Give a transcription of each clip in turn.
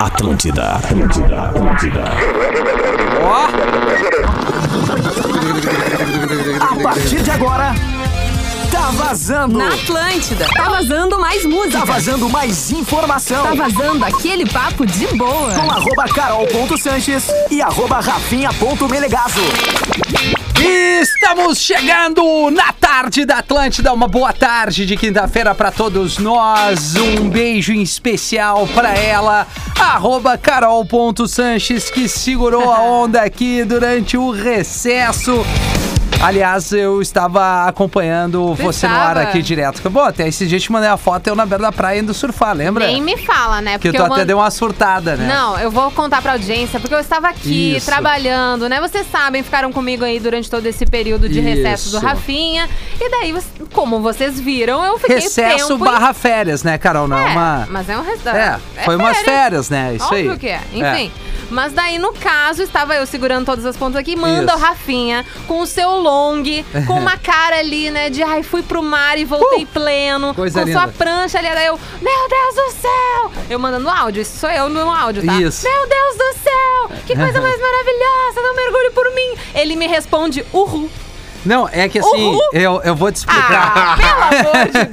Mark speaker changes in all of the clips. Speaker 1: Atlântida, Atlântida, Atlântida.
Speaker 2: A partir de agora, tá vazando!
Speaker 3: Na Atlântida. Tá vazando mais música.
Speaker 2: Tá vazando mais informação!
Speaker 3: Tá vazando aquele papo de boa.
Speaker 2: com arroba carol.sanches e arroba rafinha.melegazo.
Speaker 4: Estamos chegando na tarde da Atlântida. Uma boa tarde de quinta-feira para todos nós. Um beijo em especial para ela, arroba carol.sanches, que segurou a onda aqui durante o recesso. Aliás, eu estava acompanhando você no ar
Speaker 5: estava.
Speaker 4: aqui direto. Bom, até esse dia te mandei a foto, eu na beira da praia indo surfar, lembra?
Speaker 5: Nem me fala, né?
Speaker 4: que tu
Speaker 5: eu
Speaker 4: até
Speaker 5: mand-
Speaker 4: deu uma surtada, né?
Speaker 5: Não, eu vou contar pra audiência, porque eu estava aqui
Speaker 4: Isso.
Speaker 5: trabalhando, né? Vocês sabem, ficaram comigo aí durante todo esse período de recesso
Speaker 4: Isso.
Speaker 5: do Rafinha. E daí, você- como vocês viram, eu fiquei
Speaker 4: Recesso
Speaker 5: tempo...
Speaker 4: barra férias, né, Carol? Não
Speaker 5: É,
Speaker 4: é uma...
Speaker 5: Mas é um restaurante.
Speaker 4: É, foi umas férias, né? Isso
Speaker 5: Óbvio
Speaker 4: aí.
Speaker 5: que é. Enfim. Mas daí, no caso, estava eu segurando todas as pontas aqui, manda
Speaker 4: Isso.
Speaker 5: o Rafinha com o seu long, com uma cara ali, né, de ai, fui pro mar e voltei pleno,
Speaker 4: Uh, coisa
Speaker 5: com
Speaker 4: linda.
Speaker 5: sua prancha ali, daí eu, meu Deus do céu! Eu mandando áudio, isso sou eu no áudio, tá?
Speaker 4: Isso.
Speaker 5: Meu Deus do céu! Que coisa mais maravilhosa, não mergulho por mim! Ele me responde, uhul.
Speaker 4: Não, é que assim,
Speaker 5: Uhul.
Speaker 4: eu, eu vou te explicar.
Speaker 5: Ah, pelo amor de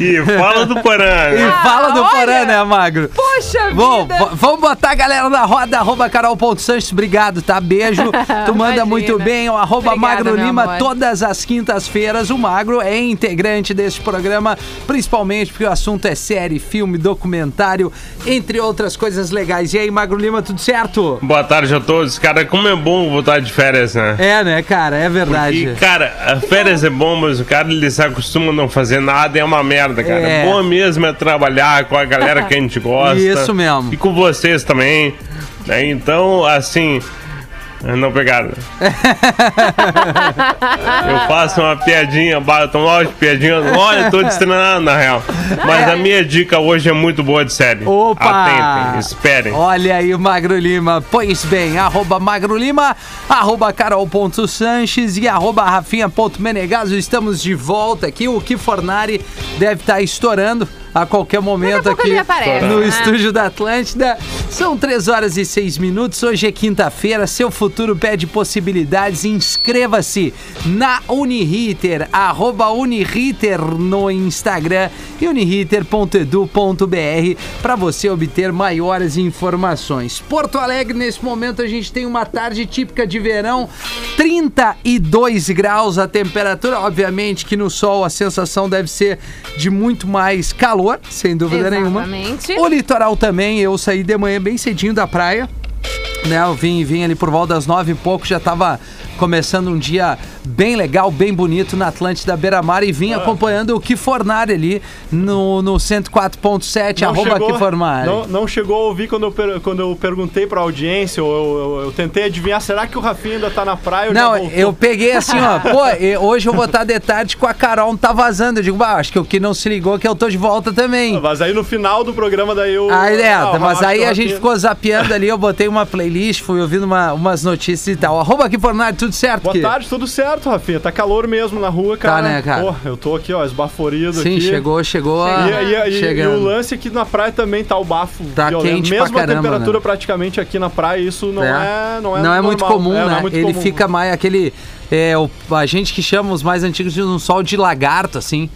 Speaker 5: Deus!
Speaker 6: E fala do
Speaker 4: e
Speaker 6: Porã.
Speaker 5: ah,
Speaker 4: fala do
Speaker 5: olha.
Speaker 4: Porã, né, Magro?
Speaker 5: Poxa
Speaker 4: Bom,
Speaker 5: vida!
Speaker 4: v- vamos botar a galera na roda, arroba carol.sanches, obrigado, tá? Beijo. Tu manda
Speaker 5: Imagina.
Speaker 4: muito bem, o arroba
Speaker 5: Obrigada,
Speaker 4: Magro
Speaker 5: meu
Speaker 4: Lima,
Speaker 5: amor.
Speaker 4: todas as quintas-feiras. O Magro é integrante deste programa, principalmente porque o assunto é série, filme, documentário, entre outras coisas legais. E aí, Magro Lima, tudo certo?
Speaker 6: Boa tarde a todos. Cara, como é bom voltar de férias, né?
Speaker 4: É, né, cara? É verdade.
Speaker 6: E, cara, a férias é bom, mas o cara ele se acostuma a não fazer nada e é uma merda, cara.
Speaker 4: É.
Speaker 6: É. Bom mesmo é trabalhar com a galera que a gente gosta.
Speaker 4: Isso mesmo.
Speaker 6: E com vocês também. né? Então, assim. Não pegaram. eu faço uma piadinha, bah, eu tô mal de piadinha. Olha, eu tô destrenando, na real. Mas a minha dica hoje é muito boa de série.
Speaker 4: Opa!
Speaker 6: Atentem, esperem.
Speaker 4: Olha aí o Magro Lima. Pois bem, arroba Magro Lima, arroba carol.sanches e arroba rafinha.menegaso. Estamos de volta aqui. O que Fornari deve estar estourando a qualquer momento
Speaker 5: pouco
Speaker 4: aqui
Speaker 5: ele aparece,
Speaker 4: no
Speaker 5: né?
Speaker 4: estúdio da Atlântida. São 3 horas e 6 minutos. Hoje é quinta-feira. Seu futuro pede possibilidades. Inscreva-se na Uniriter, arroba Uniriter no Instagram e uniriter.edu.br para você obter maiores informações. Porto Alegre, nesse momento, a gente tem uma tarde típica de verão, 32 graus a temperatura. Obviamente que no sol a sensação deve ser de muito mais calor, sem dúvida
Speaker 5: Exatamente.
Speaker 4: nenhuma. O litoral também, eu saí de manhã bem cedinho da praia. Né, eu vim, vim ali por volta das nove e pouco, já tava começando um dia bem legal, bem bonito na Atlântida Beira Mar e
Speaker 7: Ah.
Speaker 4: vim acompanhando o Kifornari ali no, no 104.7,
Speaker 7: Não
Speaker 4: arroba
Speaker 7: chegou-
Speaker 4: Kifornari.
Speaker 7: Não, não chegou a ouvir quando eu, per- quando eu perguntei pra audiência, ou eu, eu- eu tentei adivinhar, será que o Rafinha ainda tá na praia ou já
Speaker 4: Não,
Speaker 7: voltou?
Speaker 4: eu peguei assim, ó. Pô, e hoje eu vou estar de tarde com a Carol, não tá vazando. Eu digo, bah, acho que o que não se ligou é que eu tô de volta também.
Speaker 7: Mas aí no final do programa daí eu...
Speaker 4: Aí, é,
Speaker 7: Ah, o
Speaker 4: mas
Speaker 7: Rafinha-
Speaker 4: aí a
Speaker 7: Rafinha-
Speaker 4: gente ficou zapeando ali, eu botei uma playlist, fui ouvindo uma- umas notícias e tal. Arroba aqui, Fornari, tudo certo?
Speaker 7: Boa
Speaker 4: Ki?
Speaker 7: tarde, tudo certo, Rafinha? Tá calor mesmo na rua, cara.
Speaker 4: né, cara?
Speaker 7: Pô, eu tô aqui, ó, esbaforido
Speaker 4: Sim,
Speaker 7: aqui.
Speaker 4: chegou, chegou.
Speaker 7: E,
Speaker 4: a-
Speaker 7: e- e- e
Speaker 4: chegando. né?
Speaker 7: o lance aqui na praia também tá o bafo.
Speaker 4: Tá quente pra
Speaker 7: Mesma
Speaker 4: caramba,
Speaker 7: temperatura
Speaker 4: né?
Speaker 7: praticamente aqui na praia, isso não é, não é
Speaker 4: muito
Speaker 7: normal.
Speaker 4: comum,
Speaker 7: É, não
Speaker 4: né?
Speaker 7: é muito
Speaker 4: Ele
Speaker 7: comum.
Speaker 4: fica mais aquele. É, o- a gente que chama os mais antigos de um sol de lagarto, assim.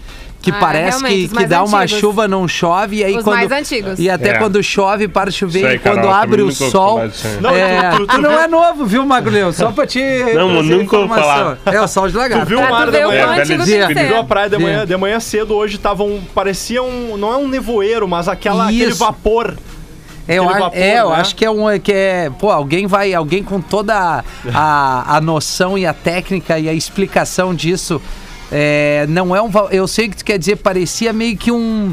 Speaker 4: Que
Speaker 5: Ah,
Speaker 4: parece
Speaker 5: realmente,
Speaker 4: que,
Speaker 5: os
Speaker 4: que
Speaker 5: mais
Speaker 4: dá uma
Speaker 5: antigos.
Speaker 4: chuva, não chove, e aí
Speaker 5: Os
Speaker 4: quando.
Speaker 5: mais antigos.
Speaker 4: E até
Speaker 6: É.
Speaker 4: quando chove, para de chover,
Speaker 6: Isso aí,
Speaker 4: e quando
Speaker 6: Carol,
Speaker 4: abre
Speaker 6: também
Speaker 4: o
Speaker 6: nunca ouvi
Speaker 4: sol.
Speaker 6: falar disso aí.
Speaker 7: Não,
Speaker 4: é,
Speaker 7: tu- tu- tu
Speaker 4: não
Speaker 7: viu-
Speaker 4: é novo, viu, Magruleu? Só pra te.
Speaker 6: Não,
Speaker 4: trazer
Speaker 6: nunca ouvi
Speaker 4: informação. É o sol de lagarto.
Speaker 7: Tu viu
Speaker 5: Pra
Speaker 7: o mar
Speaker 5: tu
Speaker 7: da
Speaker 5: ver o
Speaker 7: manhã?
Speaker 5: quão
Speaker 6: É,
Speaker 5: antigo
Speaker 6: velho,
Speaker 5: tem que
Speaker 4: dia.
Speaker 7: Tu viu a
Speaker 5: ser.
Speaker 7: praia de manhã?
Speaker 4: Sim.
Speaker 7: De manhã cedo hoje tava um. Parecia um. Não é um nevoeiro, mas aquela, aquele
Speaker 4: Isso.
Speaker 7: vapor.
Speaker 4: É, eu,
Speaker 7: Aquele
Speaker 4: a-
Speaker 7: vapor,
Speaker 4: é, eu
Speaker 7: né?
Speaker 4: acho que é um que é, pô, alguém vai, alguém com toda a, a, a noção e a técnica e a explicação disso. é, não é um, va- eu sei o que tu quer dizer, parecia meio que um,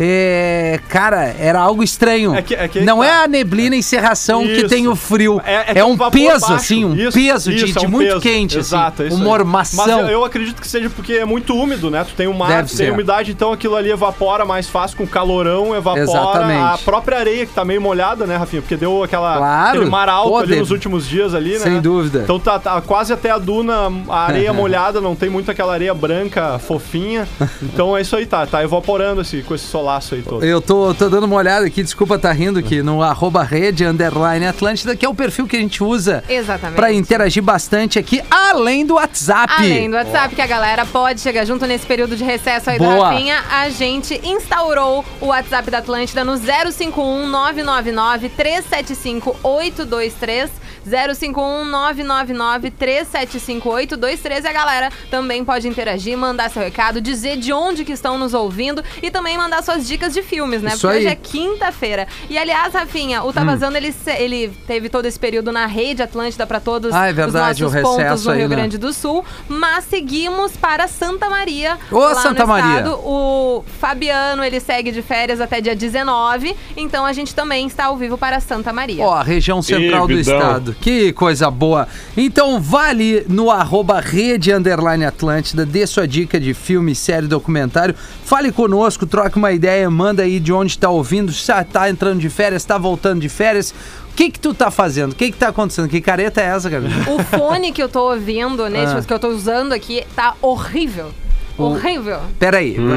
Speaker 4: é, cara, era algo estranho.
Speaker 7: É que- é que
Speaker 4: não
Speaker 7: tá.
Speaker 4: é a neblina e encerração que
Speaker 7: Isso.
Speaker 4: tem o frio, é,
Speaker 7: que
Speaker 4: um
Speaker 7: tipo vapor
Speaker 4: peso
Speaker 7: baixo.
Speaker 4: assim, um
Speaker 7: Isso,
Speaker 4: peso de,
Speaker 7: isso, é
Speaker 4: de
Speaker 7: um
Speaker 4: muito
Speaker 7: peso.
Speaker 4: quente,
Speaker 7: Exato, é
Speaker 4: assim,
Speaker 7: isso
Speaker 4: uma
Speaker 7: aí. Mas
Speaker 4: mormação.
Speaker 7: eu, eu acredito que seja porque é muito úmido, né? Tu tem o mar,
Speaker 4: Deve
Speaker 7: tu
Speaker 4: ser.
Speaker 7: tem umidade, então aquilo ali evapora mais fácil, com calorão evapora.
Speaker 4: Exatamente.
Speaker 7: A própria areia que tá meio molhada, né, Rafinha? Porque deu aquela
Speaker 4: Claro.
Speaker 7: aquele mar alto
Speaker 4: Pô,
Speaker 7: ali
Speaker 4: teve-
Speaker 7: nos últimos dias ali, né?
Speaker 4: Sem dúvida.
Speaker 7: Então tá, tá quase até a duna, a areia molhada, não tem muito aquela areia areia branca fofinha. Então é isso aí, tá? Tá evaporando esse, com esse solaço aí todo.
Speaker 4: Eu tô, tô dando uma olhada aqui, desculpa tá rindo, que no arroba rede underline Atlântida, que é o perfil que a gente usa
Speaker 5: Exatamente.
Speaker 4: pra interagir bastante aqui, além do WhatsApp.
Speaker 5: Além do WhatsApp, que a galera pode chegar junto nesse período de recesso aí
Speaker 4: Boa.
Speaker 5: da Rafinha, a gente instaurou o WhatsApp da Atlântida no 051 999 375 823. 051 999 375 823 e a galera também pode interagir, mandar seu recado, dizer de onde que estão nos ouvindo e também mandar suas dicas de filmes, né?
Speaker 4: Isso
Speaker 5: Porque hoje
Speaker 4: aí. Hum.
Speaker 5: é quinta-feira. E aliás, Rafinha, o Tá Vazando, ele, se- ele teve todo esse período na rede Atlântida pra todos
Speaker 4: Ah, é verdade,
Speaker 5: os
Speaker 4: o
Speaker 5: nossos pontos
Speaker 4: recesso
Speaker 5: no
Speaker 4: aí,
Speaker 5: Rio
Speaker 4: né?
Speaker 5: Grande do Sul, mas seguimos para Santa Maria.
Speaker 4: Ô,
Speaker 5: lá
Speaker 4: Santa
Speaker 5: no
Speaker 4: Maria.
Speaker 5: Estado. O Fabiano, ele segue de férias até dia 19, então a gente também está ao vivo para Santa Maria.
Speaker 4: Ó, a região central do
Speaker 6: vidão.
Speaker 4: estado. Que coisa boa. Então vá ali no arroba rede underline Atlântida, dê sua dica de filme, série, documentário. Fale conosco, troque uma ideia, manda aí de onde tá ouvindo, se tá- tá entrando de férias, tá voltando de férias. O que que tu tá fazendo? O que que tá acontecendo? Que careta é essa, Gabi?
Speaker 5: O fone que eu tô ouvindo, né,
Speaker 4: Ah.
Speaker 5: que eu tô usando aqui, tá horrível.
Speaker 4: O-
Speaker 5: Horrível.
Speaker 4: Peraí.
Speaker 6: Hum.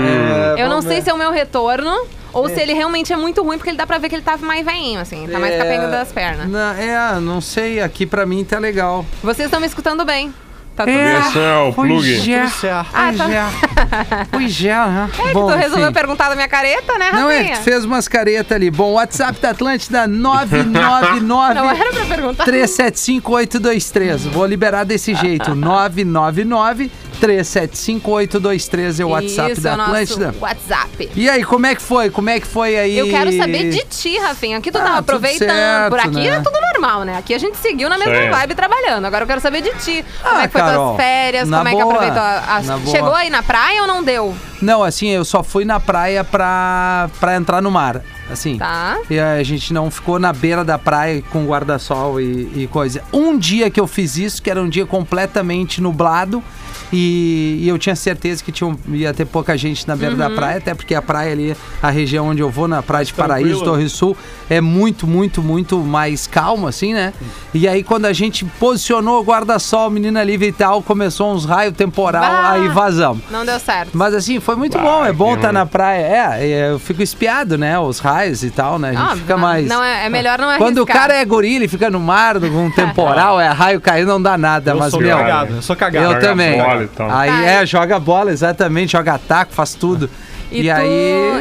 Speaker 4: É,
Speaker 5: Eu não sei se é o meu retorno ou se ele realmente é muito ruim, porque ele dá pra ver que ele tá mais veinho, assim, tá mais
Speaker 4: é,
Speaker 5: capenga das pernas.
Speaker 4: Não, é, não sei. Aqui pra mim tá legal.
Speaker 5: Vocês estão me escutando bem. Tá tudo
Speaker 4: É.
Speaker 5: bem.
Speaker 6: Esse é o plug.
Speaker 4: é.
Speaker 7: Tudo certo.
Speaker 5: Ah,
Speaker 4: Pois
Speaker 5: tá.
Speaker 4: é. Pois é, né?
Speaker 5: É que tu resolveu perguntar da minha careta, né, Rafinha?
Speaker 4: Não é que tu fez umas caretas ali. Bom, WhatsApp da Atlântida
Speaker 5: Não
Speaker 4: 999
Speaker 5: era pra perguntar.
Speaker 4: 375823. Vou liberar desse jeito. 999 375823 é o WhatsApp
Speaker 5: Isso,
Speaker 4: da
Speaker 5: é o nosso
Speaker 4: Atlântida.
Speaker 5: WhatsApp.
Speaker 4: E aí, como é que foi? Como é que foi aí?
Speaker 5: Eu quero saber de ti, Rafinha. Aqui tu
Speaker 4: Ah,
Speaker 5: tava
Speaker 4: tudo
Speaker 5: aproveitando.
Speaker 4: certo,
Speaker 5: Por aqui
Speaker 4: né?
Speaker 5: é tudo normal, né? Aqui a gente seguiu na mesma
Speaker 6: Certo.
Speaker 5: vibe trabalhando. Agora eu quero saber de ti. como
Speaker 4: Ah,
Speaker 5: é que foi
Speaker 4: Carol,
Speaker 5: tuas férias?
Speaker 4: na
Speaker 5: Como é que
Speaker 4: boa,
Speaker 5: aproveitou a. a-
Speaker 4: na boa.
Speaker 5: Chegou aí na praia ou não deu?
Speaker 4: Não, assim, eu só fui na praia pra, pra entrar no mar. Assim.
Speaker 5: Tá.
Speaker 4: E a gente não ficou na beira da praia com guarda-sol e, e coisa. Um dia que eu fiz isso, que era um dia completamente nublado, e, e eu tinha certeza que tinha, um- ia ter pouca gente na beira da
Speaker 5: Uhum.
Speaker 4: praia, até porque a praia ali, a região onde eu vou, na Praia de Paraíso,
Speaker 7: Tranquilo.
Speaker 4: Torre Sul, é muito, muito, muito mais calma, assim, né? E aí, quando a gente posicionou o guarda-sol, menina livre e tal, começou uns raios temporal,
Speaker 5: Bah!
Speaker 4: aí vazamos.
Speaker 5: Não deu certo.
Speaker 4: Mas assim, foi muito
Speaker 6: Bah,
Speaker 4: bom. É bom
Speaker 6: que
Speaker 4: estar
Speaker 6: ruim.
Speaker 4: na praia. É, é, eu fico espiado, né? Os raios e tal, né? A gente
Speaker 5: Ah,
Speaker 4: fica
Speaker 5: não-
Speaker 4: mais.
Speaker 5: não é- é melhor não
Speaker 4: Quando o
Speaker 5: arriscar.
Speaker 4: cara é guri, ele fica no mar com um temporal, é raio caindo, não dá nada.
Speaker 7: Eu
Speaker 4: Tá, mas,
Speaker 7: sou
Speaker 4: meu.
Speaker 7: cagado, eu sou cagado.
Speaker 4: Eu
Speaker 6: Joga
Speaker 4: também.
Speaker 6: bola então. e tal.
Speaker 4: Aí
Speaker 5: Tá.
Speaker 4: é, joga bola, exatamente, joga ataque, faz tudo.
Speaker 5: E
Speaker 4: E,
Speaker 5: tu-
Speaker 4: aí,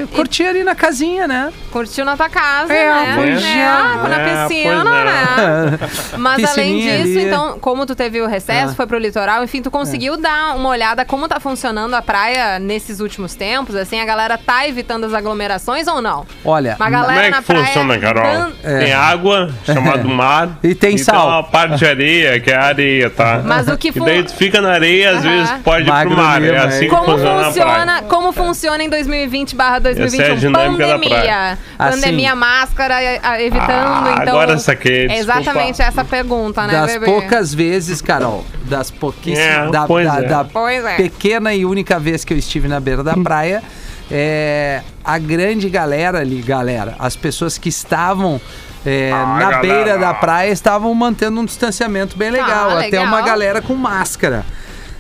Speaker 5: e-
Speaker 4: curti ali na casinha, né?
Speaker 5: Curtiu na tua casa,
Speaker 4: É,
Speaker 5: né?
Speaker 4: pois
Speaker 5: É,
Speaker 4: é.
Speaker 5: água
Speaker 6: É,
Speaker 5: na
Speaker 6: pois
Speaker 5: piscina,
Speaker 6: é.
Speaker 5: né? Mas além
Speaker 4: Piscininha
Speaker 5: disso,
Speaker 4: ali.
Speaker 5: então, como tu teve o recesso,
Speaker 4: É.
Speaker 5: foi pro litoral, enfim, tu conseguiu dar uma olhada como tá funcionando a praia nesses últimos tempos, assim, a galera tá evitando as aglomerações ou não?
Speaker 4: Olha,
Speaker 5: Uma
Speaker 6: Como
Speaker 5: galera
Speaker 6: é
Speaker 5: na
Speaker 6: que
Speaker 5: praia tá
Speaker 6: funciona, Carol?
Speaker 5: dan-
Speaker 4: É.
Speaker 6: Tem água, chamado mar.
Speaker 4: E tem sal.
Speaker 6: Tem uma parte de areia, que é a areia, tá?
Speaker 5: Mas o que
Speaker 6: E
Speaker 5: fu-
Speaker 6: daí tu fica na areia, às
Speaker 5: Aham.
Speaker 6: vezes pode ir pro
Speaker 4: Magro
Speaker 6: mar. É
Speaker 4: mesmo,
Speaker 6: assim
Speaker 4: hein?
Speaker 6: que
Speaker 5: Como
Speaker 6: funciona, na praia.
Speaker 5: funciona, como funciona em 2020 barra
Speaker 6: Essa é a
Speaker 5: 2021?
Speaker 6: dinâmica da praia.
Speaker 5: Pandemia.
Speaker 4: Assim.
Speaker 5: Pandemia, máscara, e- a- evitando,
Speaker 6: Ah,
Speaker 5: então.
Speaker 6: agora saquei,
Speaker 5: É exatamente
Speaker 6: desculpa.
Speaker 5: essa a pergunta, né,
Speaker 4: das
Speaker 5: bebê?
Speaker 4: poucas vezes, Carol, das pouquíssimas,
Speaker 6: É,
Speaker 4: da,
Speaker 6: pois
Speaker 4: da-
Speaker 6: é.
Speaker 4: da
Speaker 5: Pois é.
Speaker 4: pequena e única vez que eu estive na beira da praia, é, a grande galera ali, galera, as pessoas que estavam é,
Speaker 6: Ah,
Speaker 4: na
Speaker 6: galera.
Speaker 4: beira da praia estavam mantendo um distanciamento bem legal,
Speaker 5: Ah,
Speaker 4: até
Speaker 5: legal.
Speaker 4: uma galera com máscara.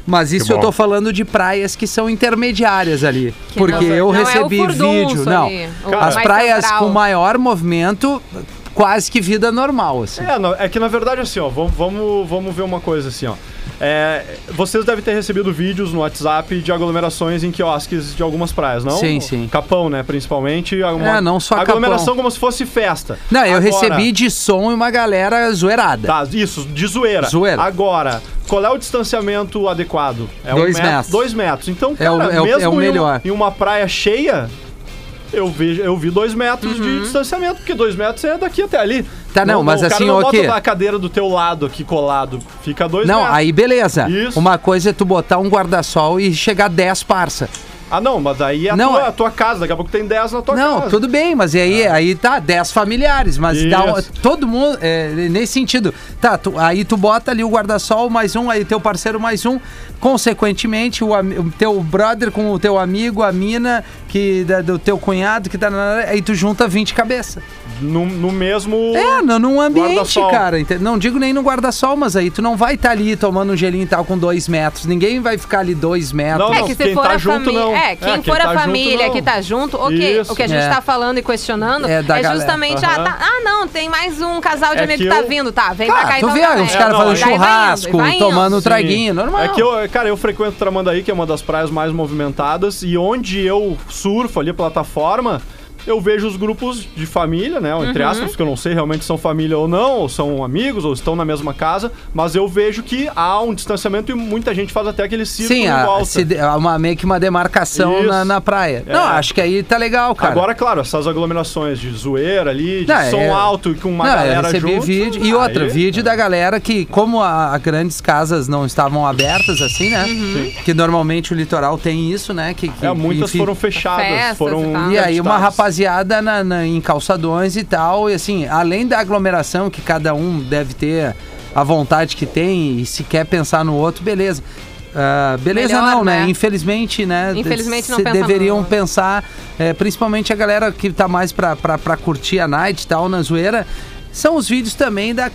Speaker 4: Mas isso
Speaker 6: Que
Speaker 4: eu tô
Speaker 6: bom.
Speaker 4: falando de praias que são intermediárias ali.
Speaker 5: Que
Speaker 4: porque
Speaker 5: não-
Speaker 4: eu
Speaker 5: não é o
Speaker 4: recebi
Speaker 5: furdunço
Speaker 4: vídeo. Não.
Speaker 5: ali, o
Speaker 4: As
Speaker 5: mais
Speaker 4: praias
Speaker 5: central.
Speaker 4: com maior movimento, quase que vida normal, assim.
Speaker 7: É, não, é que na verdade, assim, ó, vamos, vamos, vamos ver uma coisa assim, ó. É, vocês devem ter recebido vídeos no WhatsApp de aglomerações em quiosques de algumas praias, não?
Speaker 4: Sim, sim.
Speaker 7: Capão, né, principalmente. Uma
Speaker 4: É, não só
Speaker 7: Aglomeração
Speaker 4: Capão.
Speaker 7: como se fosse festa.
Speaker 4: Não, eu
Speaker 7: Agora-
Speaker 4: recebi de som e uma galera zoeirada.
Speaker 7: Tá, isso, de zoeira.
Speaker 4: Zoeira.
Speaker 7: Agora, qual é o distanciamento adequado? É
Speaker 4: Dois
Speaker 7: metro-
Speaker 4: metros.
Speaker 7: Dois metros. Então,
Speaker 4: É o-
Speaker 7: cara,
Speaker 4: é o- é
Speaker 7: mesmo
Speaker 4: o melhor.
Speaker 7: Em, um- em uma praia cheia, eu vi, eu vi dois metros de distanciamento, porque dois metros é daqui até ali.
Speaker 4: Uhum. Tá, não, mas
Speaker 7: o cara
Speaker 4: assim,
Speaker 7: não
Speaker 4: ó,
Speaker 7: bota
Speaker 4: que-
Speaker 7: a cadeira do teu lado aqui colado. Fica dois
Speaker 4: Não,
Speaker 7: metros.
Speaker 4: aí beleza.
Speaker 7: é. Isso.
Speaker 4: Uma coisa é tu botar um guarda-sol e chegar 10 parça.
Speaker 7: Ah, não, mas aí é a,
Speaker 4: Não,
Speaker 7: tua,
Speaker 4: é-
Speaker 7: a tua casa, daqui a pouco tem 10 na tua
Speaker 4: Não,
Speaker 7: casa.
Speaker 4: tudo bem, mas e aí, aí tá 10 familiares, mas
Speaker 7: Ah. Isso.
Speaker 4: dá um- todo mundo, é, nesse sentido, tá, tu- aí tu bota ali o guarda-sol mais um, aí teu parceiro mais um, consequentemente o, ami- o teu brother com o teu amigo, a mina que, da- do teu cunhado, que tá na, aí tu junta 20 cabeça.
Speaker 7: No, no mesmo.
Speaker 4: É, no, num ambiente,
Speaker 7: Guarda-sol.
Speaker 4: cara, ente- não digo nem no guarda-sol, mas aí tu não vai estar ali tomando um gelinho e tal com dois metros, ninguém vai ficar ali dois metros.
Speaker 5: É
Speaker 7: Não,
Speaker 5: que se
Speaker 7: quem
Speaker 5: for
Speaker 7: tá
Speaker 5: a
Speaker 7: junto,
Speaker 5: família.
Speaker 7: não.
Speaker 5: É, quem
Speaker 7: É, quem
Speaker 5: for
Speaker 7: tá
Speaker 5: a
Speaker 7: junto,
Speaker 5: família
Speaker 7: não.
Speaker 5: que tá junto, ok.
Speaker 7: Isso.
Speaker 5: O que a gente
Speaker 4: É.
Speaker 5: tá falando e questionando
Speaker 4: É
Speaker 5: é,
Speaker 4: da galera.
Speaker 5: justamente. Ah,
Speaker 7: Aham.
Speaker 5: tá- ah, não, tem mais um casal de
Speaker 7: É
Speaker 5: amigo
Speaker 7: que
Speaker 5: que tá
Speaker 7: eu- É,
Speaker 5: vindo, tá? Vem pra
Speaker 4: Cara,
Speaker 5: cá
Speaker 4: tu
Speaker 5: então
Speaker 4: vê
Speaker 5: também.
Speaker 4: os caras
Speaker 7: não,
Speaker 4: fazendo
Speaker 7: aí vai indo,
Speaker 4: churrasco,
Speaker 5: vai indo.
Speaker 4: tomando
Speaker 7: Sim.
Speaker 4: traguinho, normal.
Speaker 7: É que eu, cara, eu frequento Tramandaí, que é uma das praias mais movimentadas, e onde eu surfo ali a plataforma, eu vejo os grupos de família, né? Entre
Speaker 5: Uhum.
Speaker 7: aspas, que eu não sei realmente se são família ou não, ou são amigos, ou estão na mesma casa, mas eu vejo que há um distanciamento e muita gente faz até aquele círculo
Speaker 4: Sim,
Speaker 7: em
Speaker 4: a-
Speaker 7: volta.
Speaker 4: se de- é uma, meio que uma demarcação
Speaker 7: Isso.
Speaker 4: na, na praia.
Speaker 7: É.
Speaker 4: Não, acho que aí tá legal, cara.
Speaker 7: Agora, claro, essas aglomerações de zoeira ali, de
Speaker 4: Não,
Speaker 7: som
Speaker 4: é-
Speaker 7: alto e com uma
Speaker 4: não, eu
Speaker 7: galera
Speaker 4: recebi
Speaker 7: junto.
Speaker 4: vídeo. E outra,
Speaker 7: aí-
Speaker 4: vídeo da galera que, como a, a grandes casas não estavam abertas assim, né? Que normalmente o litoral tem isso, né? Que, que,
Speaker 7: Uhum. É, muitas
Speaker 4: enfim,
Speaker 7: foram fechadas,
Speaker 5: Festas
Speaker 7: foram.
Speaker 5: e tal.
Speaker 4: E aí uma
Speaker 7: interditadas.
Speaker 4: rapaziada na- na- em calçadões e tal, e assim, além da aglomeração que cada um deve ter a vontade que tem e se quer pensar no outro, beleza. Ah, beleza
Speaker 5: Melhor,
Speaker 4: não, né?
Speaker 5: né?
Speaker 4: Infelizmente, né?
Speaker 5: Infelizmente não
Speaker 4: se
Speaker 5: pensa
Speaker 4: deveriam
Speaker 5: no-
Speaker 4: pensar, é, principalmente a galera que tá mais pra, pra, pra curtir a night e tal, na zoeira, são os vídeos também da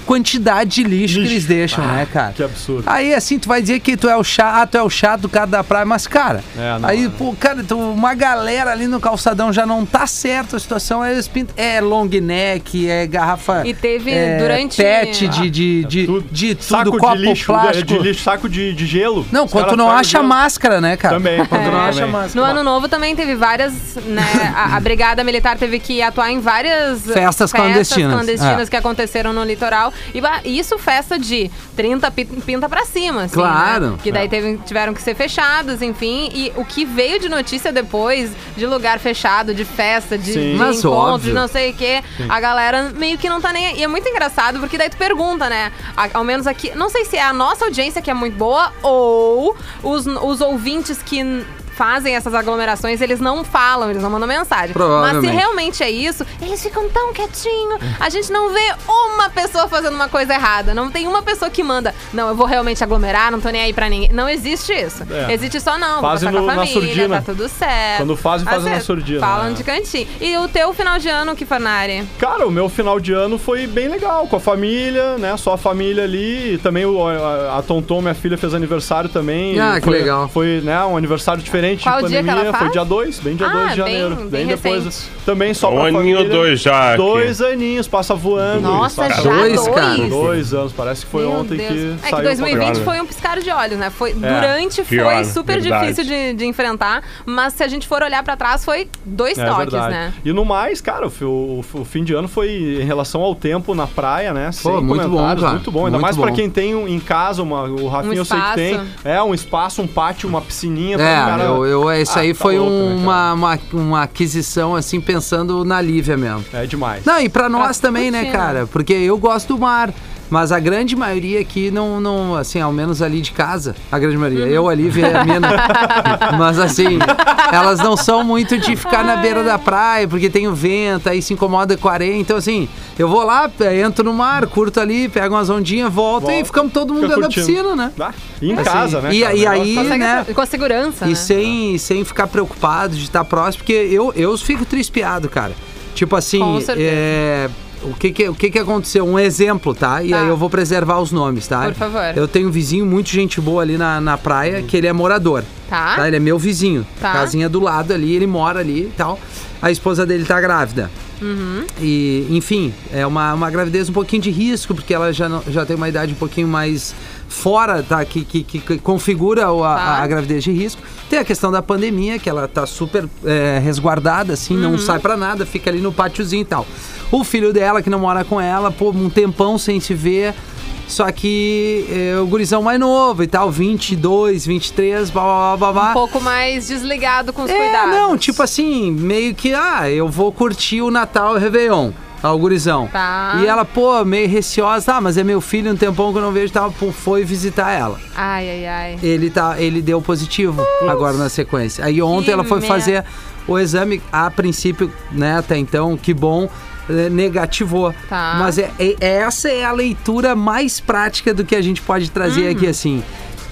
Speaker 4: quantidade de lixo, que
Speaker 7: Lixo. Ah,
Speaker 4: eles deixam, né, cara?
Speaker 7: que absurdo.
Speaker 4: Aí assim, tu vai dizer que tu é o chato, ah, tu é o chato do cara da praia, mas cara,
Speaker 7: É, não,
Speaker 4: aí,
Speaker 7: é.
Speaker 4: pô, cara, tu- uma galera ali no calçadão já não tá certa a situação, aí eles pintam, é long neck, é garrafa...
Speaker 5: E teve
Speaker 4: é,
Speaker 5: durante-
Speaker 4: Pet de, de, de,
Speaker 7: Ah, é Tudo.
Speaker 4: de
Speaker 7: saco
Speaker 4: tudo, copo
Speaker 7: de lixo,
Speaker 4: plástico.
Speaker 7: De lixo, saco de, de gelo.
Speaker 4: Não,
Speaker 7: Os
Speaker 4: quando tu
Speaker 7: caras
Speaker 4: não
Speaker 7: pegam
Speaker 4: acha
Speaker 7: gelo.
Speaker 4: máscara, né, cara?
Speaker 7: Também,
Speaker 4: Quando tu não
Speaker 7: também.
Speaker 4: acha máscara.
Speaker 5: No ano novo também teve várias, né? A, a Brigada Militar teve que atuar em várias
Speaker 4: Festas clandestinas.
Speaker 5: clandestinas
Speaker 4: É.
Speaker 5: que aconteceram no litoral. E ba- isso festa de 30 pi- pinta pra cima, assim,
Speaker 4: Claro. É.
Speaker 5: né? Que daí teve- tiveram que ser fechadas, enfim. E o que veio de notícia depois, de lugar fechado, de festa, de,
Speaker 7: Sim.
Speaker 5: de
Speaker 4: Mas
Speaker 5: encontro, de
Speaker 4: óbvio.
Speaker 5: não sei o quê. A galera meio que não tá nem. aí. E é muito engraçado, porque daí tu pergunta, né? A- ao menos aqui. Não sei se é a nossa audiência que é muito boa ou os, os ouvintes que. n- Fazem essas aglomerações, eles não falam, eles não mandam mensagem. Mas se
Speaker 4: Provavelmente.
Speaker 5: realmente é isso, eles ficam tão quietinho. A gente não vê uma pessoa fazendo uma coisa errada. Não tem uma pessoa que manda, não, eu vou realmente aglomerar, não tô nem aí pra ninguém. Não existe isso.
Speaker 7: É.
Speaker 5: Existe só não,
Speaker 7: Fazem
Speaker 5: vou
Speaker 7: no-
Speaker 5: passar
Speaker 7: na
Speaker 5: com a família,
Speaker 7: surdina.
Speaker 5: tá tudo certo.
Speaker 7: Quando fazem, fazem
Speaker 5: Ah,
Speaker 7: na
Speaker 5: certo.
Speaker 7: surdina,
Speaker 5: Falam
Speaker 7: né?
Speaker 5: de cantinho. E o teu final de ano, que fanare?
Speaker 7: Cara, o meu final de ano foi bem legal, com a família, né? Só a família ali. E também o, a, a Tonton, minha filha, fez aniversário também.
Speaker 4: Ah,
Speaker 7: E
Speaker 4: que
Speaker 7: foi,
Speaker 4: legal.
Speaker 7: Foi, né, um aniversário diferente
Speaker 5: Qual
Speaker 7: de
Speaker 5: dia que
Speaker 7: pandemia.
Speaker 5: ela
Speaker 7: Foi
Speaker 5: faz?
Speaker 7: dia 2, bem dia
Speaker 5: Ah,
Speaker 7: 2 de
Speaker 5: bem-
Speaker 7: janeiro.
Speaker 5: bem recente.
Speaker 7: Também só
Speaker 6: Um
Speaker 7: pra
Speaker 6: aninho
Speaker 7: família.
Speaker 6: dois já aqui.
Speaker 7: Dois aninhos, passa voando.
Speaker 5: Nossa,
Speaker 7: Passa
Speaker 5: já
Speaker 7: voando.
Speaker 4: dois, cara.
Speaker 7: Dois anos, parece que foi
Speaker 5: Meu
Speaker 7: ontem
Speaker 5: Deus.
Speaker 7: que
Speaker 5: É que
Speaker 7: saiu. o É,
Speaker 5: 2020
Speaker 6: papel.
Speaker 5: foi um piscar de olhos, né? Foi, Durante foi
Speaker 6: Pior,
Speaker 5: super
Speaker 6: verdade.
Speaker 5: difícil de, de enfrentar, mas se a gente for olhar pra trás, foi dois
Speaker 7: É
Speaker 5: toques,
Speaker 7: verdade.
Speaker 5: né?
Speaker 7: E no mais, cara, o, fi- o- o fim de ano foi em relação ao tempo na praia, né? Sem
Speaker 4: Pô, muito
Speaker 7: comentários,
Speaker 4: bom, cara.
Speaker 7: muito bom. Ainda
Speaker 4: Muito
Speaker 7: mais pra
Speaker 4: bom.
Speaker 7: quem tem um- em casa, uma, o Rafinha
Speaker 5: Um
Speaker 7: eu sei que
Speaker 5: espaço.
Speaker 7: tem. É, um espaço, um pátio, uma piscininha. pra um
Speaker 4: É,
Speaker 7: cara-
Speaker 4: eu, eu, isso
Speaker 7: Ah,
Speaker 4: aí
Speaker 7: tá
Speaker 4: foi
Speaker 7: louco, né,
Speaker 4: uma, uma, uma aquisição, assim, pensando na Lívia mesmo.
Speaker 7: cara? É demais.
Speaker 4: Não, e pra nós também, né,
Speaker 5: curtir, né?
Speaker 4: cara? Porque eu gosto do mar, mas a grande maioria aqui não, não assim, ao menos ali de casa, a grande maioria, eu, a Lívia e a Mina, mas assim, elas não são muito de ficar na beira da praia, porque tem o vento, aí se incomoda com a areia, então assim, eu vou lá, p- entro no mar, curto ali, pego umas ondinhas, volto e
Speaker 7: Volta,
Speaker 4: ficamos todo mundo
Speaker 7: Fica
Speaker 4: dentro da
Speaker 7: curtindo.
Speaker 4: piscina, né?
Speaker 7: Ah, e em
Speaker 4: Assim,
Speaker 7: casa, né?
Speaker 4: e-
Speaker 7: cara?
Speaker 4: e
Speaker 7: Melhor
Speaker 4: aí-
Speaker 7: tá-
Speaker 5: Consegue
Speaker 4: né?
Speaker 5: tra- Com a segurança,
Speaker 4: E
Speaker 5: né?
Speaker 4: sem, sem ficar preocupado de estar próximo, porque eu, eu fico trispiado, cara. Tipo assim,
Speaker 5: Com certeza.
Speaker 4: é, o, que que, o que que aconteceu? Um exemplo, tá? E
Speaker 5: Tá.
Speaker 4: aí eu vou preservar os nomes, tá?
Speaker 5: Por favor.
Speaker 4: Eu tenho um vizinho, muito gente boa ali na, na praia, que ele é morador.
Speaker 5: Tá.
Speaker 4: Ele é meu vizinho.
Speaker 5: Tá.
Speaker 4: Casinha do lado ali, ele mora ali e tal. A esposa dele tá grávida.
Speaker 5: Uhum.
Speaker 4: E, enfim, é uma, uma gravidez um pouquinho de risco, porque ela já, não- já tem uma idade um pouquinho mais fora, tá? Que, que, que- que configura o- a,
Speaker 5: Tá.
Speaker 4: a gravidez de risco. Tem a questão da pandemia, que ela tá super é, resguardada, assim,
Speaker 5: Uhum.
Speaker 4: não sai pra nada, fica ali no pátiozinho e tal. O filho dela, que não mora com ela, pô, um tempão sem se ver. Só que é, o gurizão mais novo e tal, 22, 23, blá blá blá blá blá.
Speaker 5: Um pouco mais desligado com os
Speaker 4: É,
Speaker 5: cuidados.
Speaker 4: não, tipo assim, meio que, ah, eu vou curtir o Natal e o Réveillon. a gurizão.
Speaker 5: Tá.
Speaker 4: E ela, pô, meio receosa, ah, mas é meu filho, um tempão que eu não vejo, tá, pô, foi visitar ela.
Speaker 5: Ai, ai, ai.
Speaker 4: Ele, tá, ele deu positivo agora na sequência. Aí ontem
Speaker 5: Que
Speaker 4: ela foi
Speaker 5: merda.
Speaker 4: fazer o exame, a princípio, né, até então, que bom, eh, negativou.
Speaker 5: Tá.
Speaker 4: Mas é, é- essa é a leitura mais prática do que a gente pode trazer
Speaker 5: Hum.
Speaker 4: aqui, assim.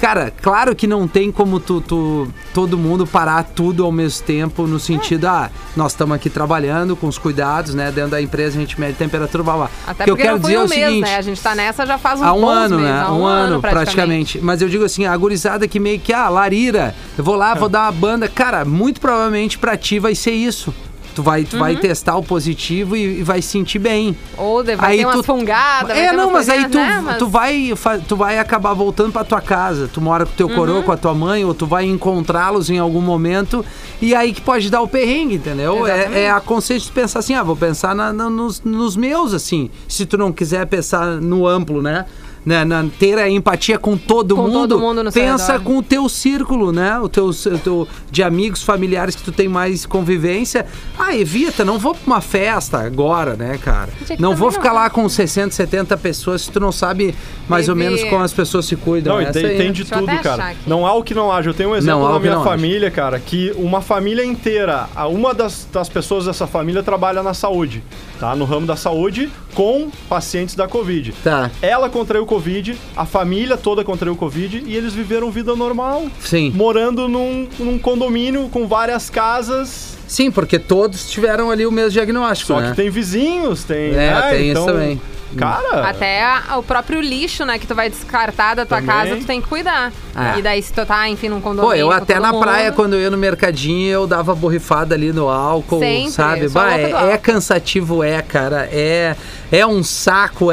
Speaker 4: Cara, claro que não tem como tu, tu- todo mundo parar tudo ao mesmo tempo, no sentido, ah, nós estamos aqui trabalhando com os cuidados, né? Dentro da empresa a gente mede temperatura, blá blá.
Speaker 5: Até
Speaker 4: O que
Speaker 5: porque não foi um
Speaker 4: é o
Speaker 5: mês, né? A gente tá nessa já faz uns
Speaker 4: Há um
Speaker 5: bons
Speaker 4: ano,
Speaker 5: meses,
Speaker 4: né?
Speaker 5: Há
Speaker 4: um, ano, praticamente. Mas eu digo assim, a gurizada que meio que, ah, Larira, eu vou lá, vou dar uma banda. Cara, muito provavelmente pra ti vai ser isso. Tu vai, tu vai testar o positivo e, e vai se sentir bem.
Speaker 5: Ou de- vai ter umas fungadas, vai
Speaker 4: É,
Speaker 5: ter
Speaker 4: não,
Speaker 5: umas
Speaker 4: mas aí
Speaker 5: coisinhas,
Speaker 4: tu,
Speaker 5: né? Mas-
Speaker 4: tu, vai, fa- tu vai acabar voltando pra tua casa. Tu mora com teu
Speaker 5: Uhum.
Speaker 4: coroa, com a tua mãe, ou tu vai encontrá-los em algum momento. E aí que pode dar o perrengue, entendeu?
Speaker 5: Exatamente.
Speaker 4: É, é a consciência de pensar assim, ah, vou pensar na- na- nos, nos meus, assim. Se tu não quiser pensar no amplo, né? Né, na, ter a empatia com todo
Speaker 5: Com
Speaker 4: mundo,
Speaker 5: todo mundo no seu
Speaker 4: pensa
Speaker 5: redor.
Speaker 4: com o teu círculo, né? O teu, o teu- de amigos, familiares que tu tem mais convivência. Ah, evita, não vou pra uma festa agora, né, cara?
Speaker 5: Gente, é que
Speaker 4: Não vou
Speaker 5: também
Speaker 4: ficar
Speaker 5: não.
Speaker 4: lá com 60, 70 pessoas se tu não sabe mais ou
Speaker 5: Teve-
Speaker 4: menos como as pessoas se cuidam.
Speaker 7: Não, e
Speaker 4: Essa
Speaker 7: tem,
Speaker 4: aí,
Speaker 7: tem
Speaker 4: né?
Speaker 7: de
Speaker 5: Deixa eu
Speaker 7: tudo,
Speaker 5: até achar
Speaker 7: cara.
Speaker 5: aqui.
Speaker 7: Não há o que não haja. Eu tenho um
Speaker 4: Não
Speaker 7: exemplo
Speaker 4: há o
Speaker 7: na
Speaker 4: que não
Speaker 7: minha
Speaker 4: haja.
Speaker 7: família, cara, que uma família inteira, a- uma das, das pessoas dessa família trabalha na saúde, tá? No ramo da saúde com pacientes da Covid.
Speaker 4: Tá,
Speaker 7: Ela contraiu Covid, a família toda contraiu Covid e eles viveram vida normal.
Speaker 4: sim.
Speaker 7: Morando num, num condomínio com várias casas,
Speaker 4: Sim, porque todos tiveram ali o mesmo diagnóstico,
Speaker 7: só
Speaker 4: né?
Speaker 7: que tem vizinhos, tem.
Speaker 4: É, tem isso
Speaker 7: então,
Speaker 4: também. Ah.
Speaker 7: Cara,
Speaker 5: Até a- o próprio lixo, né, que tu vai descartar da tua
Speaker 7: Também.
Speaker 5: casa, tu tem que cuidar.
Speaker 4: É.
Speaker 5: E daí se tu tá, enfim, num condomínio
Speaker 4: Pô, eu
Speaker 5: com
Speaker 4: até
Speaker 5: todo
Speaker 4: na
Speaker 5: mundo-
Speaker 4: praia, quando eu ia no mercadinho, eu dava borrifada ali no álcool,
Speaker 5: Sempre,
Speaker 4: sabe?
Speaker 5: sou
Speaker 4: Bah,
Speaker 5: louca do
Speaker 4: é,
Speaker 5: álcool.
Speaker 4: é cansativo, é, cara. É, é um saco,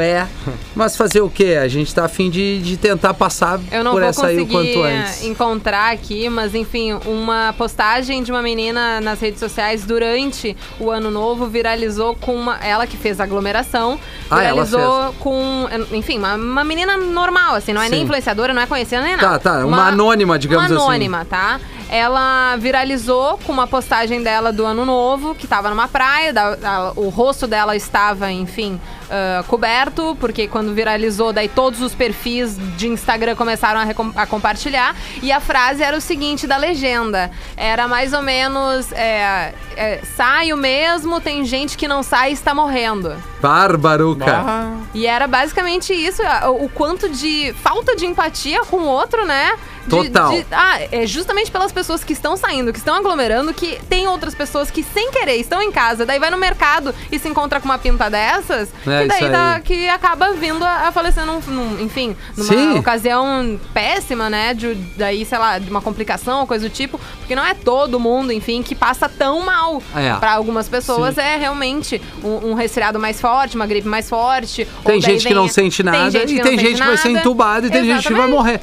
Speaker 4: é. Mas fazer o quê? A gente tá afim de, de tentar passar
Speaker 5: Eu não
Speaker 4: por
Speaker 5: vou
Speaker 4: essa aí o
Speaker 5: conseguir é,
Speaker 4: quanto antes.
Speaker 5: encontrar aqui, mas enfim, uma postagem de uma menina nas redes sociais durante o ano novo viralizou com uma. Ela que fez a aglomeração.
Speaker 4: Ah, ela
Speaker 5: viralizou com. Enfim, uma, uma menina normal, assim, não é nem
Speaker 4: Sim.
Speaker 5: influenciadora, não é conhecida nem
Speaker 4: Tá,
Speaker 5: nada.
Speaker 4: tá, uma anônima, digamos assim.
Speaker 5: Uma anônima, tá? Ela viralizou com uma postagem dela do ano novo, que tava numa praia, da- da- o rosto dela estava, enfim, ah, coberto, porque quando viralizou, daí todos os perfis de Instagram começaram a, recom- a compartilhar. E a frase era o seguinte da legenda. Era mais ou menos. É, é, saio mesmo, tem gente que não sai e está morrendo.
Speaker 4: Bárbaro, cara.
Speaker 7: ah,
Speaker 5: E era basicamente isso, a- o quanto de falta de empatia com o outro, né? De-
Speaker 4: Total.
Speaker 5: de- ah, é justamente pelas pessoas que estão saindo, que estão aglomerando, que tem outras pessoas que sem querer estão em casa, daí vai no mercado e se encontra com uma pinta dessas,
Speaker 4: É,
Speaker 5: que daí
Speaker 4: isso
Speaker 5: dá-
Speaker 4: aí.
Speaker 5: que acaba vindo a, a falecer num, num- enfim, numa
Speaker 4: Sim.
Speaker 5: ocasião péssima, né? De, daí, sei lá, de uma complicação, coisa do tipo, porque não é todo mundo, enfim, que passa tão mal.
Speaker 4: É.
Speaker 5: Pra algumas pessoas é realmente um, um resfriado mais forte, uma gripe mais forte, ou
Speaker 4: Tem
Speaker 5: daí
Speaker 4: gente
Speaker 5: vem-
Speaker 4: que não sente nada,
Speaker 5: tem gente
Speaker 4: e
Speaker 5: que
Speaker 4: tem
Speaker 5: não
Speaker 4: gente
Speaker 5: sente
Speaker 4: que vai ser
Speaker 5: nada.
Speaker 4: entubada, e tem gente que vai
Speaker 5: Exatamente.
Speaker 4: morrer.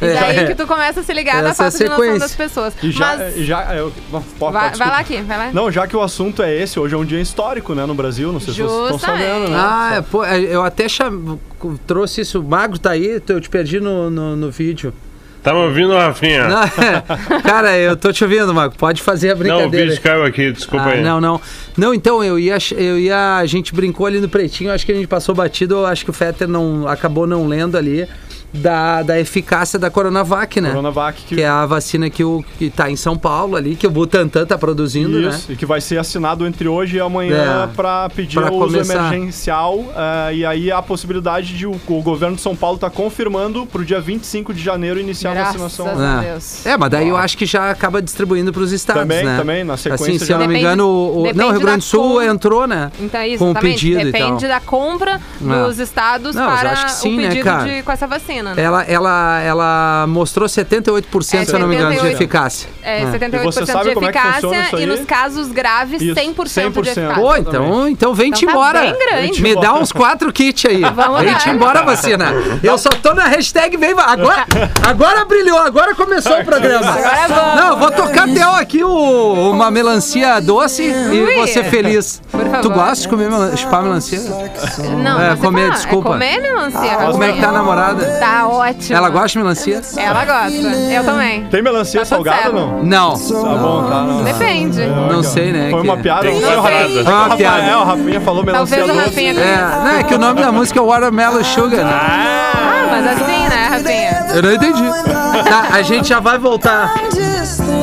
Speaker 5: E daí
Speaker 4: É.
Speaker 5: que tu começa a se ligar da
Speaker 4: Essa é a
Speaker 5: falta de noção
Speaker 4: sequência.
Speaker 5: das pessoas.
Speaker 7: e já. é,
Speaker 5: Mas
Speaker 7: e já eu, pode,
Speaker 5: vai,
Speaker 7: pode,
Speaker 5: vai lá
Speaker 7: desculpa.
Speaker 5: aqui, vai lá.
Speaker 7: Não, já que o assunto é esse, hoje é um dia histórico, né, no Brasil, não sei se vocês estão
Speaker 5: Justamente.
Speaker 7: sabendo, né?
Speaker 4: Ah, é, pô, é, eu até cham- trouxe isso. O Magro tá aí, eu te perdi no, no, no vídeo.
Speaker 6: Tá me ouvindo, Rafinha?
Speaker 4: Não, é. cara, eu tô te ouvindo, Magro. Pode fazer a
Speaker 6: Não, o
Speaker 4: brincadeira.
Speaker 6: vídeo caiu aqui, desculpa
Speaker 4: Ah,
Speaker 6: aí. Tá
Speaker 4: não, não. Não, então, eu ia, ach- eu ia. A gente brincou ali no pretinho, acho que a gente passou batido, eu acho que o Fetter não, acabou não lendo ali da, da eficácia da Coronavac, né?
Speaker 7: Coronavac que,
Speaker 4: Que é a vacina que, o, que tá em São Paulo ali, que o Butantan tá produzindo, né?
Speaker 7: isso, e que vai ser assinado entre hoje e amanhã
Speaker 4: É,
Speaker 7: pra pedir
Speaker 4: pra
Speaker 7: o uso
Speaker 4: começar.
Speaker 7: emergencial ah, e aí a possibilidade de o, o governo de São Paulo tá confirmando pro dia 25 de janeiro iniciar a
Speaker 5: Graças
Speaker 7: vacinação.
Speaker 5: a
Speaker 4: É.
Speaker 5: Deus.
Speaker 4: É, mas daí eu acho que já acaba distribuindo para os estados,
Speaker 7: Também,
Speaker 4: né?
Speaker 7: também, na sequência
Speaker 4: Assim, se
Speaker 7: já-
Speaker 4: eu não me
Speaker 5: Depende-
Speaker 4: engano, o, o- não, o
Speaker 5: depende
Speaker 4: Rio Grande do
Speaker 5: da
Speaker 4: Sul
Speaker 5: com-
Speaker 4: entrou, né?
Speaker 5: Então é isso,
Speaker 4: com o
Speaker 5: exatamente.
Speaker 4: pedido
Speaker 5: Depende
Speaker 4: e tal.
Speaker 5: da compra dos estados
Speaker 4: Não, mas
Speaker 5: para
Speaker 4: acho que sim,
Speaker 5: o
Speaker 4: né,
Speaker 5: pedido
Speaker 4: cara? É.
Speaker 5: de, com essa vacina. Né?
Speaker 4: Ela, ela, ela mostrou 78%,
Speaker 5: É,
Speaker 4: se eu não me engano, de
Speaker 5: 78.
Speaker 4: eficácia.
Speaker 5: É,
Speaker 4: É.
Speaker 5: 78%
Speaker 7: E você
Speaker 5: de
Speaker 7: sabe como é que
Speaker 5: eficácia
Speaker 7: funciona isso
Speaker 5: e
Speaker 7: aí?
Speaker 5: nos casos graves, 100%,
Speaker 7: Isso,
Speaker 5: de
Speaker 7: 100%.
Speaker 5: eficácia.
Speaker 4: Pô, então, então vem te
Speaker 5: tá Então tá
Speaker 4: embora.
Speaker 5: bem grande.
Speaker 4: Me dá uns quatro kits aí.
Speaker 5: Vamos
Speaker 4: vem
Speaker 5: lá.
Speaker 4: te embora, vacina. Eu só tô na hashtag vem. va- Agora, agora brilhou, agora começou o programa.
Speaker 5: Agora é vamos.
Speaker 4: Não, eu vou tocar teu aqui o, uma melancia doce e
Speaker 5: Ui.
Speaker 4: você feliz.
Speaker 5: favor.
Speaker 4: Tu gosta de comer melancia? Chupar melancia?
Speaker 5: Não,
Speaker 4: É,
Speaker 5: mas
Speaker 4: comer,
Speaker 5: fala,
Speaker 4: desculpa.
Speaker 5: É comer melancia.
Speaker 4: Como é que tá a namorada?
Speaker 5: Tá ótimo.
Speaker 4: Ela gosta de melancia?
Speaker 5: Ela gosta. Eu também.
Speaker 7: Tem melancia
Speaker 5: Tá
Speaker 7: salgada ou
Speaker 5: tudo
Speaker 7: não?
Speaker 4: Não.
Speaker 7: Tá bom, tá. Não,
Speaker 5: Depende.
Speaker 4: Não sei, né?
Speaker 7: Foi
Speaker 4: que-
Speaker 7: uma piada.
Speaker 6: Tem
Speaker 7: não foi o
Speaker 6: salgada.
Speaker 7: Rafael.
Speaker 6: Foi
Speaker 4: uma
Speaker 7: O Rafael,
Speaker 4: piada.
Speaker 7: O Rafinha falou melancia
Speaker 5: Talvez o
Speaker 7: doce.
Speaker 5: Rafinha
Speaker 4: É,
Speaker 5: conheça.
Speaker 4: não, é que o nome da música é Watermelon Sugar. né?
Speaker 7: Ah,
Speaker 5: Ah, mas assim, né, Rafinha?
Speaker 4: Eu não entendi. Tá, a gente já vai voltar.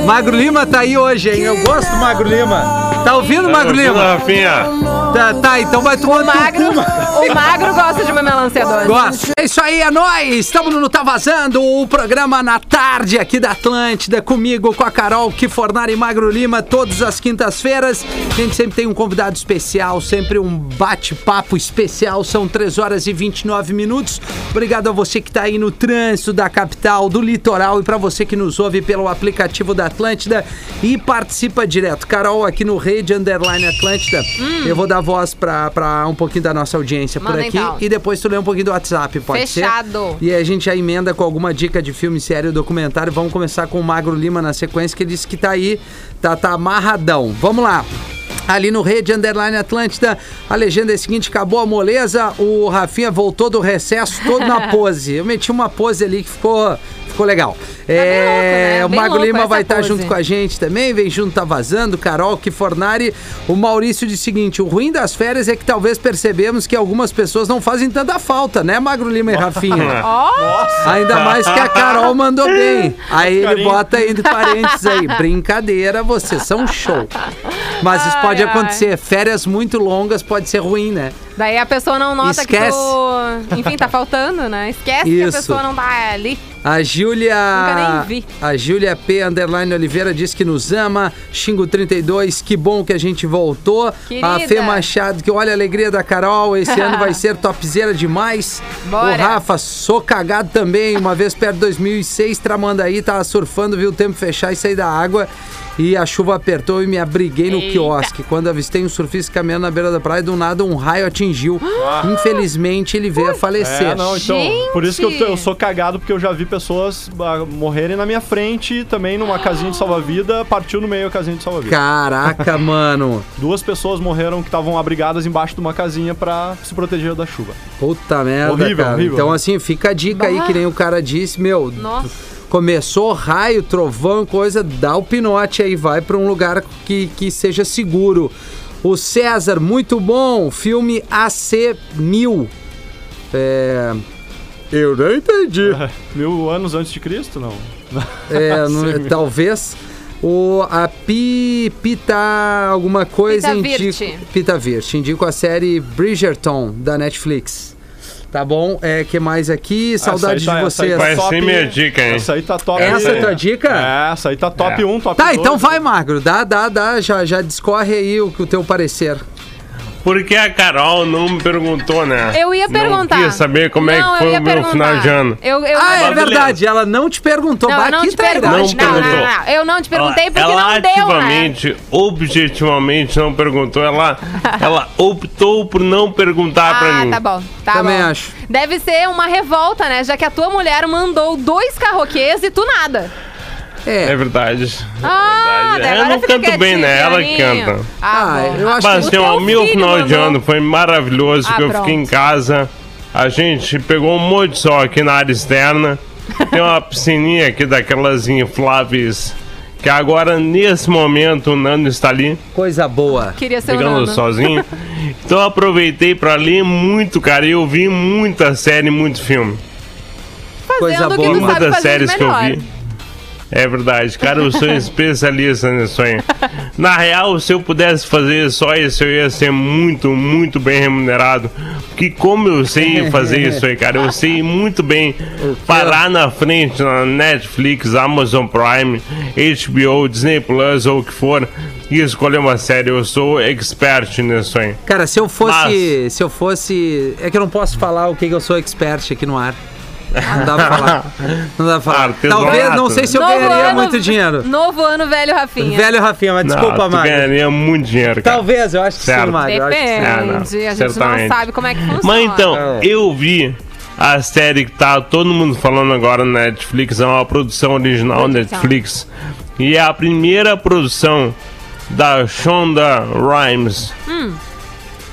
Speaker 4: Magro Lima tá aí hoje, hein? Eu gosto do Magro Lima. Tá ouvindo, Magro Lima?
Speaker 6: Rafinha.
Speaker 4: Tá, tá, então vai tomar no
Speaker 5: Magro,
Speaker 4: cu, mano.
Speaker 5: o magro gosta de uma melancia doce.
Speaker 4: Gosto. É isso aí, é nóis. Estamos no Tá Vazando, o programa na tarde aqui da Atlântida, comigo, com a Carol Kifornari e Magro Lima, todas as quintas-feiras. A gente sempre tem um convidado especial, sempre um bate-papo especial. São 3 horas e 29 minutos. Obrigado a você que está aí no trânsito da capital, do litoral e para você que nos ouve pelo aplicativo da Atlântida e participa direto. Carol, aqui no Rede Underline Atlântida, eu vou dar voz para um pouquinho da nossa audiência por
Speaker 5: Hum. Manda
Speaker 4: aqui
Speaker 5: então.
Speaker 4: e depois tu lê um pouquinho do WhatsApp, pode ser?
Speaker 5: Fechado.
Speaker 4: E a gente já emenda com alguma dica de filme, série ou documentário. Vamos começar com o Magro Lima na sequência, que ele disse que tá aí, tá, tá amarradão. Vamos lá. Ali no Rede Underline Atlântida, a legenda é a seguinte: acabou a moleza, o Rafinha voltou do recesso todo na pose. Eu meti uma pose ali que ficou, ficou legal. é,
Speaker 5: Tá louco, né?
Speaker 4: O
Speaker 5: Bem
Speaker 4: Magro
Speaker 5: louco
Speaker 4: Lima
Speaker 5: essa
Speaker 4: vai estar
Speaker 5: pose.
Speaker 4: junto com a gente também, vem junto, tá vazando, Carol, que Fornari. O Maurício diz o seguinte: o ruim das férias é que talvez percebemos que algumas pessoas não fazem tanta falta, né, Magro Lima e Rafinha? Ainda mais que a Carol mandou bem. Aí ele
Speaker 7: Carinho.
Speaker 4: bota aí entre parênteses aí. Brincadeira, vocês são show. Mas isso
Speaker 5: Ai,
Speaker 4: pode
Speaker 5: ai.
Speaker 4: acontecer. Férias muito longas pode ser ruim, né?
Speaker 5: Daí a pessoa não nota
Speaker 4: Esquece.
Speaker 5: que tu... Enfim, tá faltando, né? Esquece que
Speaker 4: Isso.
Speaker 5: a pessoa não tá ali.
Speaker 4: A Júlia.
Speaker 5: Nunca nem vi.
Speaker 4: A Júlia P. Underline Oliveira diz que nos ama. Xingo 32, que bom que a gente voltou. A
Speaker 5: Querida.
Speaker 4: Fê Machado, que olha a alegria da Carol. Esse ano vai ser topzera demais.
Speaker 5: Bora.
Speaker 4: O Rafa, sou cagado também. Uma vez perto de 2006, Tramandaí, tava surfando, viu o tempo fechar e sair da água. E a chuva apertou e me abriguei no
Speaker 5: Eita.
Speaker 4: quiosque. Quando avistei um surfista caminhando na beira da praia, do nada um raio atingiu. Infelizmente, ele veio a falecer.
Speaker 7: É, não, então.
Speaker 5: Gente!
Speaker 7: Por isso que eu, tô- eu sou cagado, porque eu já vi pessoas ah, morrerem na minha frente e também numa casinha de salva-vida, partiu no meio a casinha de salva-vida.
Speaker 4: Caraca, mano.
Speaker 7: Duas pessoas morreram que estavam abrigadas embaixo de uma casinha pra se proteger da chuva.
Speaker 4: Puta merda,
Speaker 7: Horrível,
Speaker 4: cara.
Speaker 7: horrível.
Speaker 4: Então, assim, fica a dica aí, que nem o cara disse, meu,
Speaker 5: Nossa.
Speaker 4: começou raio, trovão, coisa, dá o pinote aí, vai pra um lugar que, que seja seguro. O César, muito bom, filme AC1000. É... Ah, Eu não entendi.
Speaker 7: Mil anos antes de Cristo, não?
Speaker 4: É, não-
Speaker 7: Sim.
Speaker 4: talvez. O, a Pi, Pita alguma coisa
Speaker 5: Pita
Speaker 4: indico,
Speaker 5: Virte.
Speaker 4: Pita Virte. Indico a série Bridgerton da Netflix. Tá bom? É, que mais
Speaker 6: Ah,
Speaker 4: aqui? Saudades
Speaker 7: Essa aí
Speaker 4: de
Speaker 7: tá- essa aí
Speaker 5: É
Speaker 4: vocês.
Speaker 7: tá
Speaker 6: Vai
Speaker 7: top,
Speaker 6: ser assim minha dica, hein?
Speaker 7: Essa aí tá top.
Speaker 4: Essa é
Speaker 7: é
Speaker 4: a tua dica?
Speaker 7: É, essa aí tá top
Speaker 6: É.
Speaker 7: 1, top
Speaker 4: Tá,
Speaker 7: dois.
Speaker 4: então vai, Magro. Dá, dá, dá. Já, já discorre aí o, o teu parecer.
Speaker 6: Por que a Carol não me perguntou, né?
Speaker 5: Eu ia perguntar.
Speaker 6: Não quis saber como é
Speaker 5: Não,
Speaker 6: que
Speaker 5: eu
Speaker 6: foi o
Speaker 5: ia
Speaker 6: meu final de
Speaker 5: perguntar.
Speaker 6: ano.
Speaker 5: Eu, eu
Speaker 4: ah, é
Speaker 6: Magro,
Speaker 4: verdade. Ela não te perguntou.
Speaker 5: Não,
Speaker 4: Bah,
Speaker 5: eu não
Speaker 4: que
Speaker 5: te
Speaker 4: traidora.
Speaker 5: perguntei.
Speaker 6: Não
Speaker 5: Não, não,
Speaker 6: perguntou.
Speaker 5: não, não. Eu não te perguntei porque
Speaker 6: ela
Speaker 5: não deu, né?
Speaker 6: ativamente, objetivamente não perguntou. Ela, ela optou por não perguntar pra
Speaker 5: Ah,
Speaker 6: mim.
Speaker 5: tá bom. Tá
Speaker 4: Também
Speaker 5: bom.
Speaker 4: acho.
Speaker 5: Deve ser uma revolta, né? Já que a tua mulher mandou dois carroquês e tu nada.
Speaker 6: É
Speaker 4: É.
Speaker 6: verdade.
Speaker 5: Ah,
Speaker 6: É verdade.
Speaker 5: daí
Speaker 6: Eu
Speaker 5: agora
Speaker 6: não
Speaker 5: fica
Speaker 6: canto bem, né? Ela que
Speaker 5: quietinho,
Speaker 6: canta.
Speaker 5: Ah,
Speaker 4: Ah,
Speaker 5: bom.
Speaker 4: eu acho
Speaker 6: Mas
Speaker 5: O
Speaker 4: que...
Speaker 6: assim, ó,
Speaker 5: teu
Speaker 6: o meu
Speaker 5: filho
Speaker 6: final de
Speaker 5: mandou.
Speaker 6: ano foi maravilhoso,
Speaker 5: Ah,
Speaker 6: que eu
Speaker 5: pronto.
Speaker 6: fiquei em casa. A gente pegou um monte de sol aqui na área externa. Tem uma piscininha aqui daquelas infláveis que agora, nesse momento, o Nando está ali,
Speaker 4: é Coisa boa.
Speaker 5: Queria ser o
Speaker 6: ficando
Speaker 5: Nando.
Speaker 6: sozinho. Então eu aproveitei para ler muito, cara. e Eu vi muita série, muito filme.
Speaker 4: Coisa
Speaker 5: o que
Speaker 4: boa.
Speaker 5: tu
Speaker 6: Uma
Speaker 5: sabe
Speaker 6: das
Speaker 5: fazer
Speaker 6: séries que eu
Speaker 5: melhor.
Speaker 6: vi. É verdade, cara, eu sou um especialista nisso aí. Na real, se eu pudesse fazer só isso, eu ia ser muito, muito bem remunerado. Porque como eu sei fazer isso aí, cara, eu sei muito bem parar na frente na Netflix, Amazon Prime, HBO, Disney Plus ou o que for e escolher uma série. Eu sou expert nisso aí.
Speaker 4: Cara, se eu fosse. Se eu fosse. É que eu não posso falar o que, que eu sou expert aqui no ar. Não dá pra falar. Não dá pra falar.
Speaker 6: Artesanato.
Speaker 4: Talvez, não sei se eu
Speaker 5: Novo
Speaker 4: ganharia
Speaker 5: ano-
Speaker 4: muito dinheiro.
Speaker 5: Novo ano, velho Rafinha.
Speaker 4: Velho Rafinha, mas desculpa,
Speaker 6: Não, tu
Speaker 4: Magro.
Speaker 6: ganharia muito dinheiro, cara.
Speaker 4: Talvez, eu acho que sim,
Speaker 6: Certo.
Speaker 4: Magro. eu acho que sim. Ah,
Speaker 5: Depende.
Speaker 6: É, não,
Speaker 5: a gente
Speaker 6: certamente.
Speaker 5: não sabe como é que funciona.
Speaker 6: Mas então,
Speaker 4: É.
Speaker 6: eu vi a série que tá todo mundo falando agora na Netflix, é uma produção original Netflix. E é a primeira produção da Shonda Rhimes.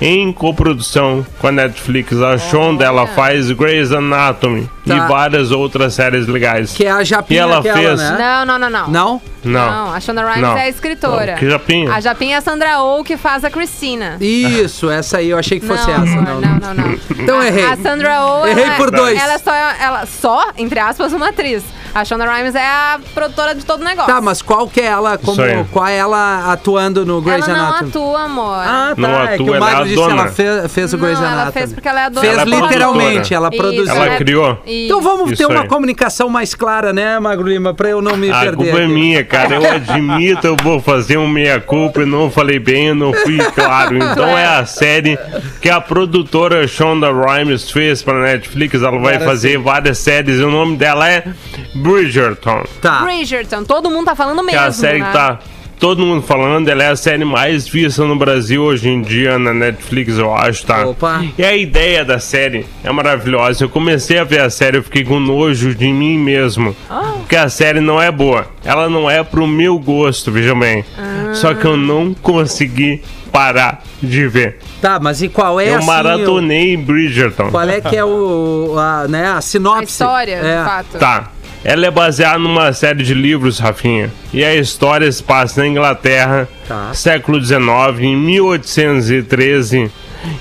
Speaker 6: em coprodução com a Netflix. A Shonda, ela faz Grey's Anatomy
Speaker 4: Tá.
Speaker 6: e várias outras séries legais.
Speaker 4: Que é a Japinha
Speaker 6: E ela
Speaker 4: aquela,
Speaker 6: fez.
Speaker 4: né?
Speaker 5: Não, não, não, não.
Speaker 4: Não?
Speaker 6: Não.
Speaker 5: a Shonda Rhimes
Speaker 6: Não.
Speaker 5: é a escritora.
Speaker 6: Não, que japinha.
Speaker 5: A Japinha é a Sandra Oh que faz a Cristina.
Speaker 4: Isso, essa aí eu achei que fosse
Speaker 5: não,
Speaker 4: essa.
Speaker 5: amor,
Speaker 4: não,
Speaker 5: não, não, não.
Speaker 4: Então
Speaker 5: A-
Speaker 4: errei.
Speaker 5: A Sandra Oh,
Speaker 4: Errei
Speaker 5: ela-
Speaker 4: por dois.
Speaker 5: Ela só, é- ela só, entre aspas, uma atriz. A Shonda Rhimes é a produtora de todo o negócio.
Speaker 4: Tá, mas qual que é ela, como,
Speaker 6: aí.
Speaker 4: qual é ela atuando no
Speaker 5: ela
Speaker 4: Grey's
Speaker 5: não
Speaker 4: Anatomy?
Speaker 5: atua, amor.
Speaker 4: Ah, tá,
Speaker 6: Não
Speaker 4: é que
Speaker 6: atua,
Speaker 4: o
Speaker 6: ela é
Speaker 4: Magro
Speaker 6: a
Speaker 4: disse que ela
Speaker 6: dona.
Speaker 4: fez, fez o
Speaker 5: Não,
Speaker 4: Grey's Anatomy.
Speaker 5: ela fez porque ela é a dona.
Speaker 4: Fez
Speaker 6: Ela é
Speaker 4: literalmente,
Speaker 6: produtora.
Speaker 4: ela
Speaker 5: Isso,
Speaker 4: produziu.
Speaker 6: Ela criou.
Speaker 5: Isso.
Speaker 4: Então vamos ter
Speaker 6: Isso
Speaker 4: uma
Speaker 6: aí.
Speaker 4: comunicação mais clara, né, Magro Lima? Pra eu não me
Speaker 6: A
Speaker 4: perder.
Speaker 6: culpa é
Speaker 4: aqui.
Speaker 6: minha, cara. Eu admito, eu vou fazer um meia-culpa. Eu não falei bem, eu não fui claro. Então é a série que a produtora Shonda Rhimes fez pra Netflix. Ela vai
Speaker 4: Agora
Speaker 6: fazer várias séries. E o nome dela é Bridgerton.
Speaker 4: Tá.
Speaker 5: Bridgerton, todo mundo tá falando
Speaker 6: Ah. Que
Speaker 5: mesmo.
Speaker 6: é a série
Speaker 5: né?
Speaker 6: que tá todo mundo falando. Ela é a série mais vista no Brasil hoje em dia na Netflix, eu acho, tá?
Speaker 4: Opa.
Speaker 6: E a ideia da série é maravilhosa. Eu comecei a ver a série, eu fiquei com nojo de mim mesmo.
Speaker 4: Ah.
Speaker 6: Porque a série não é boa. Ela não é pro meu gosto, veja bem.
Speaker 4: Ah.
Speaker 6: Só que eu não consegui parar de ver.
Speaker 4: Tá, mas e qual é
Speaker 6: eu
Speaker 4: assim, o-
Speaker 6: maratonei Bridgerton.
Speaker 4: Qual é que é o, a, né, a
Speaker 5: A
Speaker 4: sinopse?
Speaker 5: história,
Speaker 4: é.
Speaker 5: de fato.
Speaker 6: assim. Tá. Ela é baseada numa série de livros, Rafinha. E a história se passa na Inglaterra,
Speaker 4: Tá.
Speaker 6: século XIX, em 1813.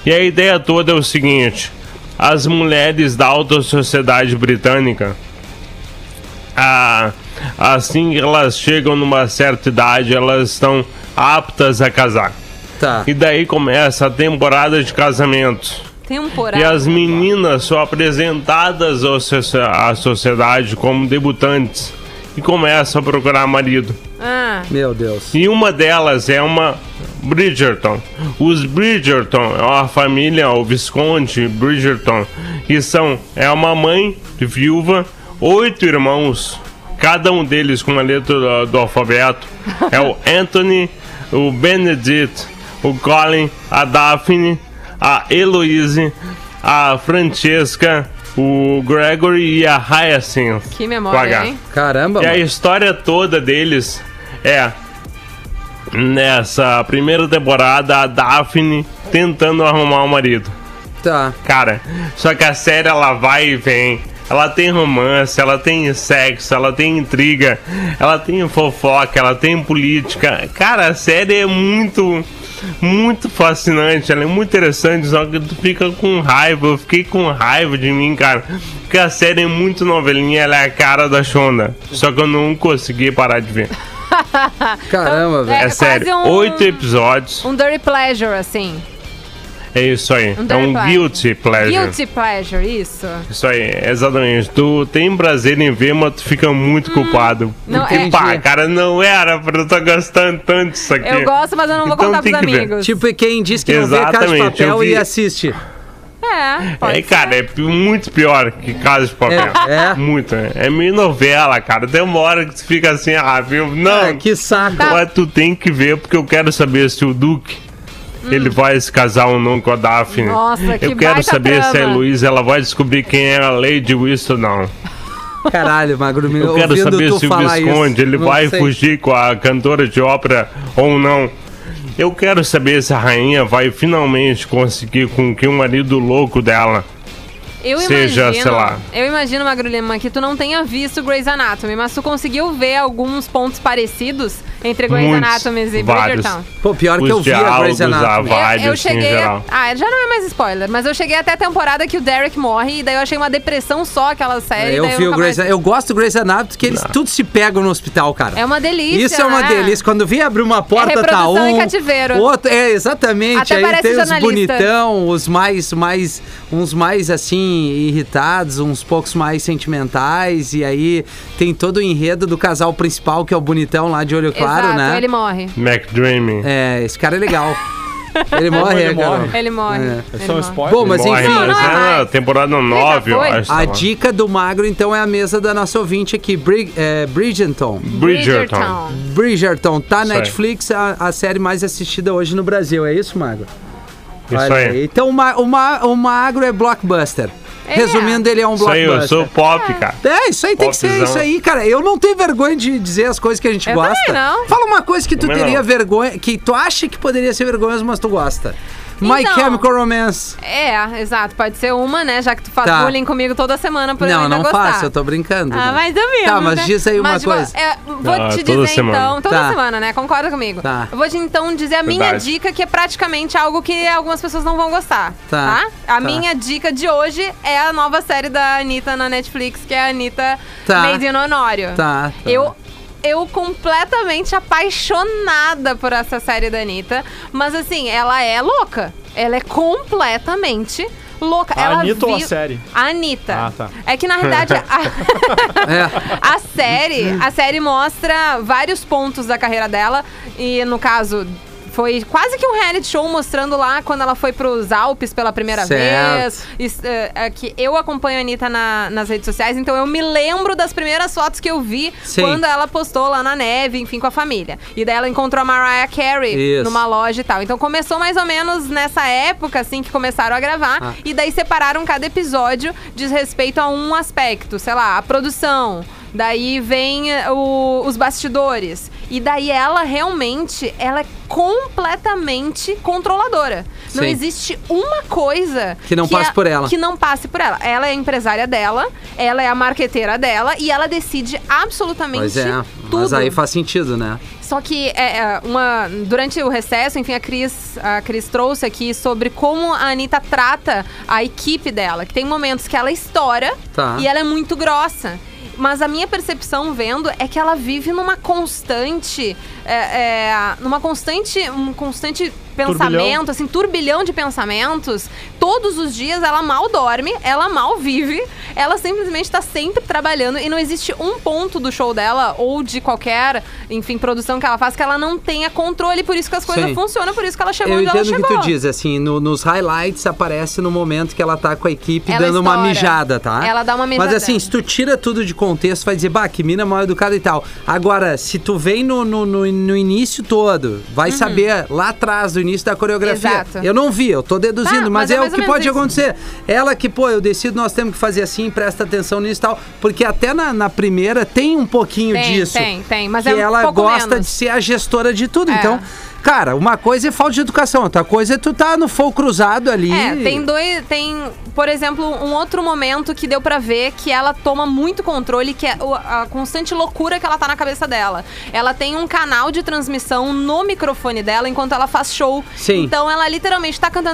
Speaker 6: E a ideia toda é o seguinte: as mulheres da alta sociedade britânica, a- assim que elas chegam numa certa idade, elas estão aptas a casar.
Speaker 4: Tá.
Speaker 6: E daí começa a temporada de casamentos.
Speaker 5: Temporada.
Speaker 6: E as meninas são apresentadas ao socie- à sociedade como debutantes e começam a procurar marido.
Speaker 5: Ah,
Speaker 4: Meu Deus.
Speaker 6: E uma delas é uma Bridgerton. Os Bridgerton é uma família, o Visconde Bridgerton, que são é uma mãe de viúva, oito irmãos, cada um deles com uma letra do, do alfabeto. É o Anthony, o Benedict, o Colin, a Daphne, a Heloise, a Francesca, o Gregory e a Hyacinth.
Speaker 5: que
Speaker 6: Com
Speaker 5: memória,
Speaker 6: H.
Speaker 5: hein?
Speaker 4: Caramba,
Speaker 6: E a
Speaker 4: mano.
Speaker 6: história toda deles é nessa primeira temporada a Daphne tentando arrumar um marido.
Speaker 4: Tá.
Speaker 6: Cara, só que a série ela vai e vem. Ela tem romance, ela tem sexo, ela tem intriga, ela tem fofoca, ela tem política. Cara, a série é muito, muito fascinante, ela é muito interessante, só que tu fica com raiva. Eu fiquei com raiva de mim, cara. Porque a série é muito novelinha, ela é a cara da Shonda. Só que eu não consegui parar de ver.
Speaker 4: Caramba, velho.
Speaker 6: É,
Speaker 5: quase
Speaker 6: sério,
Speaker 5: um-
Speaker 6: oito episódios,
Speaker 5: Um dirty pleasure, assim.
Speaker 6: é isso aí.
Speaker 5: Um
Speaker 6: é um
Speaker 5: Derek
Speaker 6: guilty pleasure.
Speaker 5: Guilty pleasure, isso.
Speaker 6: Isso aí, exatamente. Tu tem prazer em ver, mas tu fica muito culpado.
Speaker 5: Hum. não,
Speaker 6: Porque,
Speaker 5: é.
Speaker 6: pá, cara, não era pra eu estar gastando tanto disso aqui.
Speaker 5: Eu gosto, mas eu não vou
Speaker 6: Então
Speaker 5: contar pros
Speaker 6: tem que ver.
Speaker 5: amigos.
Speaker 4: Tipo, quem diz que não vê Casa de
Speaker 6: Exatamente,
Speaker 4: Papel
Speaker 6: eu vi.
Speaker 4: e assiste.
Speaker 5: É, pode
Speaker 6: É, cara, é pi- muito pior que Casa de Papel.
Speaker 4: É, é.
Speaker 6: Muito, é. É meio novela, cara. Demora que tu fica assim, ah, viu? Não,
Speaker 4: Ah, que saco.
Speaker 5: Tá.
Speaker 6: mas tu tem que ver, porque eu quero saber se o Duque... Ele vai se casar ou não com a Daphne.
Speaker 5: Hum. Nossa, que
Speaker 6: Eu quero
Speaker 5: baita
Speaker 6: saber se a
Speaker 5: trama.
Speaker 6: Heloísa ela vai descobrir quem é a Lady Wilson ou não.
Speaker 4: Caralho, Magro Lima.
Speaker 6: Eu quero
Speaker 4: ouvindo
Speaker 6: saber
Speaker 4: tu
Speaker 6: se o
Speaker 4: falar
Speaker 6: Visconde
Speaker 4: isso,
Speaker 6: ele
Speaker 4: não
Speaker 6: vai
Speaker 4: sei.
Speaker 6: fugir com a cantora de ópera ou não. Eu quero saber se a rainha vai finalmente conseguir com que o marido louco dela.
Speaker 5: Eu
Speaker 6: Seja,
Speaker 5: imagino,
Speaker 6: sei lá.
Speaker 5: Eu imagino, Magro Lima, que tu não tenha visto Grey's Anatomy, mas tu conseguiu ver alguns pontos parecidos entre Grey's
Speaker 6: Muitos,
Speaker 5: Anatomy e
Speaker 6: vários.
Speaker 5: Bridgerton.
Speaker 4: Pô, pior que
Speaker 6: Os
Speaker 4: eu vi a
Speaker 6: diálogos,
Speaker 4: Grey's
Speaker 6: a
Speaker 4: Anatomy.
Speaker 6: vibe,
Speaker 5: eu, eu
Speaker 6: assim, em
Speaker 5: cheguei.
Speaker 6: geral.
Speaker 5: Ah, já não é mais spoiler, mas eu cheguei até a temporada que o Derek morre e daí eu achei uma depressão só aquela série.
Speaker 4: Eu
Speaker 5: É, daí
Speaker 4: vi o
Speaker 5: nunca
Speaker 4: Grey's
Speaker 5: mais-
Speaker 4: Eu gosto do Grey's Anatomy porque eles tudo se pegam no hospital, cara.
Speaker 5: É uma delícia.
Speaker 4: Isso é uma
Speaker 5: né?
Speaker 4: delícia. Quando vem abrir uma porta, tá
Speaker 5: reprodução
Speaker 4: um.
Speaker 5: em cativeiro.
Speaker 4: Outro, é, exatamente.
Speaker 5: Até
Speaker 4: Aí
Speaker 5: parece
Speaker 4: tem os
Speaker 5: jornalista.
Speaker 4: bonitão, os mais, mais. Uns mais assim, irritados, uns poucos mais sentimentais. E aí tem todo o enredo do casal principal, que é o bonitão lá de olho claro,
Speaker 5: Exato,
Speaker 4: né?
Speaker 5: Ele morre.
Speaker 6: McDreamy.
Speaker 4: É, esse cara é legal. Ele morre,
Speaker 7: Ele
Speaker 4: é, cara.
Speaker 7: morre.
Speaker 5: Ele morre.
Speaker 4: É.
Speaker 5: Ele
Speaker 7: São
Speaker 5: morre.
Speaker 7: spoilers.
Speaker 4: Bom, mas
Speaker 6: Morre,
Speaker 4: enfim.
Speaker 5: Não, não é
Speaker 6: é
Speaker 5: mais.
Speaker 6: na temporada
Speaker 5: já
Speaker 6: 9, eu
Speaker 5: foi?
Speaker 6: acho.
Speaker 4: A
Speaker 6: tá lá.
Speaker 4: dica do magro, então, é a mesa da nossa ouvinte aqui, Brig, é, Bridgerton.
Speaker 6: Bridgerton.
Speaker 4: Bridgerton, tá?
Speaker 6: Isso aí.
Speaker 4: Netflix, a, a série mais assistida hoje no Brasil, é isso, Magro?
Speaker 6: Isso
Speaker 4: Olha
Speaker 6: aí.
Speaker 4: Então o, ma, o, ma, o Magro é blockbuster.
Speaker 5: Ele
Speaker 4: Resumindo, ele é um
Speaker 6: Isso aí,
Speaker 4: blockbuster.
Speaker 6: eu sou pop, cara.
Speaker 4: É, isso aí tem que ser
Speaker 6: Popzão.
Speaker 4: isso aí, cara. Eu não tenho vergonha de dizer as coisas que a gente
Speaker 5: Eu
Speaker 4: gosta.
Speaker 5: também não.
Speaker 4: Fala uma coisa que tu
Speaker 6: Também
Speaker 4: teria
Speaker 6: não.
Speaker 4: vergonha, que tu acha que poderia ser vergonhoso, mas tu gosta. My
Speaker 5: Então.
Speaker 4: Chemical Romance.
Speaker 5: É, exato. Pode ser uma, né? Já que tu faz
Speaker 4: Tá.
Speaker 5: bullying comigo toda semana por eu
Speaker 4: não,
Speaker 5: ainda
Speaker 4: não
Speaker 5: gostar.
Speaker 4: faço, eu tô brincando.
Speaker 5: Ah,
Speaker 4: né?
Speaker 5: mais ou menos.
Speaker 4: Tá, mas
Speaker 5: né?
Speaker 4: diz aí uma
Speaker 5: Mas, tipo,
Speaker 4: coisa.
Speaker 5: é, vou
Speaker 6: Ah,
Speaker 5: te
Speaker 6: toda
Speaker 5: dizer
Speaker 6: semana.
Speaker 5: então, toda
Speaker 4: Tá.
Speaker 5: semana, né? Concorda comigo?
Speaker 4: Tá.
Speaker 5: Eu vou te então dizer a minha
Speaker 6: Verdade.
Speaker 5: dica, que é praticamente algo que algumas pessoas não vão gostar.
Speaker 4: Tá.
Speaker 5: Tá. A
Speaker 4: Tá.
Speaker 5: minha dica de hoje é a nova série da Anitta na Netflix, que é a Anitta
Speaker 4: Tá.
Speaker 5: Made in Honório.
Speaker 4: Tá, tá.
Speaker 5: Eu. Eu completamente apaixonada por essa série da Anitta. Mas assim, ela é louca. Ela é completamente louca.
Speaker 7: A
Speaker 5: ela
Speaker 7: Anitta ou a
Speaker 5: viu-
Speaker 7: série?
Speaker 5: A Anitta.
Speaker 7: Ah, tá.
Speaker 5: É que na realidade a...
Speaker 4: É.
Speaker 5: A série, a série mostra vários pontos da carreira dela e no caso foi quase que um reality show mostrando lá quando ela foi pros Alpes pela primeira
Speaker 4: Certo.
Speaker 5: vez. Isso, é, é que eu acompanho a Anitta na- nas redes sociais, então eu me lembro das primeiras fotos que eu vi
Speaker 4: Sim.
Speaker 5: quando ela postou lá na neve, enfim, com a família. E daí ela encontrou a Mariah Carey
Speaker 4: Isso.
Speaker 5: numa loja e tal. Então começou mais ou menos nessa época, assim, que começaram a gravar.
Speaker 4: Ah.
Speaker 5: E daí separaram cada episódio diz respeito a um aspecto, sei lá, a produção. Daí vem eh, o- os bastidores. E daí ela realmente, ela é completamente controladora. Não
Speaker 4: Sim.
Speaker 5: existe uma coisa...
Speaker 4: Que não passe
Speaker 5: a-
Speaker 4: por ela.
Speaker 5: Que não passe por ela. Ela é a empresária dela, ela é a marqueteira dela e ela decide absolutamente
Speaker 4: Pois é,
Speaker 5: tudo.
Speaker 4: mas aí faz sentido, né?
Speaker 5: Só que é, é, uma, durante o recesso, enfim, a Cris, a Cris trouxe aqui sobre como a Anitta trata a equipe dela. Que tem momentos que ela estoura
Speaker 4: Tá.
Speaker 5: e ela é muito grossa. Mas a minha percepção vendo é que ela vive numa constante. é, é, numa constante. Um constante pensamento, assim, turbilhão de pensamentos. Todos os dias ela mal dorme, ela mal vive, ela simplesmente tá sempre trabalhando e não existe um ponto do show dela ou de qualquer, enfim, produção que ela faz que ela não tenha controle, por isso que as coisas
Speaker 4: Sim.
Speaker 5: funcionam, por isso que ela chegou
Speaker 4: Eu
Speaker 5: onde ela
Speaker 4: entendo o que
Speaker 5: chegou.
Speaker 4: tu diz, assim, no- nos highlights aparece no momento que ela tá com a equipe
Speaker 5: Ela
Speaker 4: dando uma
Speaker 5: estoura.
Speaker 4: mijada, tá?
Speaker 5: Ela dá uma mijadela.
Speaker 4: Mas assim, se tu tira tudo de contexto, vai dizer, bah, que mina mal educada e tal. Agora, se tu vem no, no, no- no início todo, vai saber lá atrás do início da coreografia.
Speaker 5: Uhum. Exato.
Speaker 4: Eu não vi, eu tô deduzindo,
Speaker 5: Tá,
Speaker 4: mas,
Speaker 5: mas
Speaker 4: é,
Speaker 5: é mais ou
Speaker 4: o que
Speaker 5: menos
Speaker 4: pode
Speaker 5: isso.
Speaker 4: acontecer. Ela que, pô, eu decido, nós temos que fazer assim, presta atenção nisso e tal. Porque até na, na primeira tem um pouquinho
Speaker 5: Tem,
Speaker 4: disso.
Speaker 5: tem, tem, mas
Speaker 4: que
Speaker 5: é um
Speaker 4: ela
Speaker 5: pouco
Speaker 4: gosta
Speaker 5: menos.
Speaker 4: de ser a gestora de tudo.
Speaker 5: É.
Speaker 4: Então, cara, uma coisa é falta de educação, outra coisa é tu tá no fogo cruzado ali.
Speaker 5: É, tem dois. Tem, por exemplo, um outro momento que deu pra ver que ela toma muito controle, que é o- a constante loucura que ela tá na cabeça dela. Ela tem um canal de transmissão no microfone dela enquanto ela faz show.
Speaker 4: Sim.
Speaker 5: Então ela literalmente tá cantando.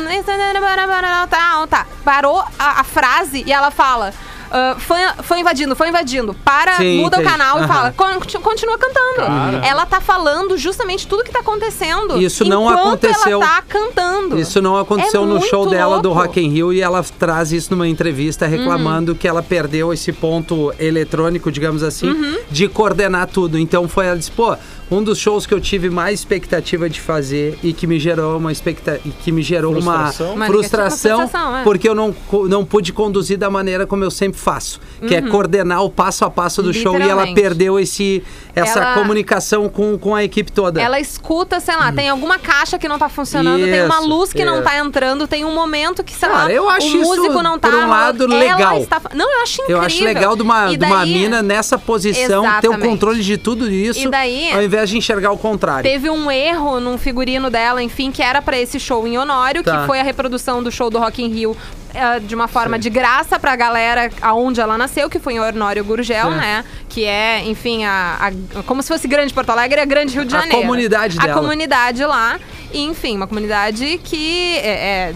Speaker 5: Tá, tá. Parou a, a frase e ela fala. "Ah, foi, foi invadindo, foi invadindo. Para,
Speaker 4: Sim,
Speaker 5: muda
Speaker 4: entendi.
Speaker 5: o canal
Speaker 4: Aham.
Speaker 5: e fala. "Con- Continua cantando.
Speaker 7: Cara.
Speaker 5: Ela tá falando justamente tudo que tá acontecendo.
Speaker 4: Isso não
Speaker 5: enquanto
Speaker 4: aconteceu.
Speaker 5: Ela tá cantando.
Speaker 4: Isso não aconteceu
Speaker 5: É
Speaker 4: no
Speaker 5: muito
Speaker 4: show dela do
Speaker 5: louco. Uhum.
Speaker 4: Rock in Rio e ela traz isso numa entrevista reclamando que ela perdeu esse ponto eletrônico, digamos assim,
Speaker 5: Uhum.
Speaker 4: de coordenar tudo. Então foi ela disse, pô, um dos shows que eu tive mais expectativa de fazer e que me gerou uma expecta e que me gerou
Speaker 7: Frustração?
Speaker 4: uma
Speaker 5: Uma
Speaker 4: frustração,
Speaker 5: negativa frustração, é.
Speaker 4: porque eu não, co- não pude conduzir da maneira como eu sempre faço, que é coordenar o passo a passo do show e ela
Speaker 5: Uhum. Literalmente.
Speaker 4: perdeu esse essa
Speaker 5: Ela-
Speaker 4: comunicação com, com a equipe toda.
Speaker 5: Ela escuta, sei lá, tem alguma caixa que não tá funcionando, tem uma
Speaker 4: Isso,
Speaker 5: luz que
Speaker 4: é.
Speaker 5: não tá entrando, tem um momento que, sei
Speaker 4: Cara,
Speaker 5: lá,
Speaker 4: eu acho
Speaker 5: o
Speaker 4: isso,
Speaker 5: músico não tá.
Speaker 4: por um lado,
Speaker 5: ela
Speaker 4: legal.
Speaker 5: está fa- Não, eu acho incrível.
Speaker 4: Eu acho legal de uma,
Speaker 5: E
Speaker 4: de uma
Speaker 5: daí,
Speaker 4: mina nessa posição ter o
Speaker 5: Exatamente.
Speaker 4: controle de tudo
Speaker 5: E
Speaker 4: isso,
Speaker 5: daí-
Speaker 4: ao invés de enxergar o contrário.
Speaker 5: Teve um erro num figurino dela, enfim, que era pra esse show em Honório,
Speaker 4: Tá.
Speaker 5: que foi a reprodução do show do Rock in Rio eh, de uma forma de graça pra galera aonde ela nasceu, que foi em Honório Gurgel,
Speaker 4: Certo.
Speaker 5: né? Que é, enfim, a, a- como se fosse Grande Porto Alegre, a Grande Rio de
Speaker 4: A
Speaker 5: Janeiro.
Speaker 4: comunidade
Speaker 5: a
Speaker 4: dela.
Speaker 5: comunidade lá, e, enfim, uma comunidade que é... é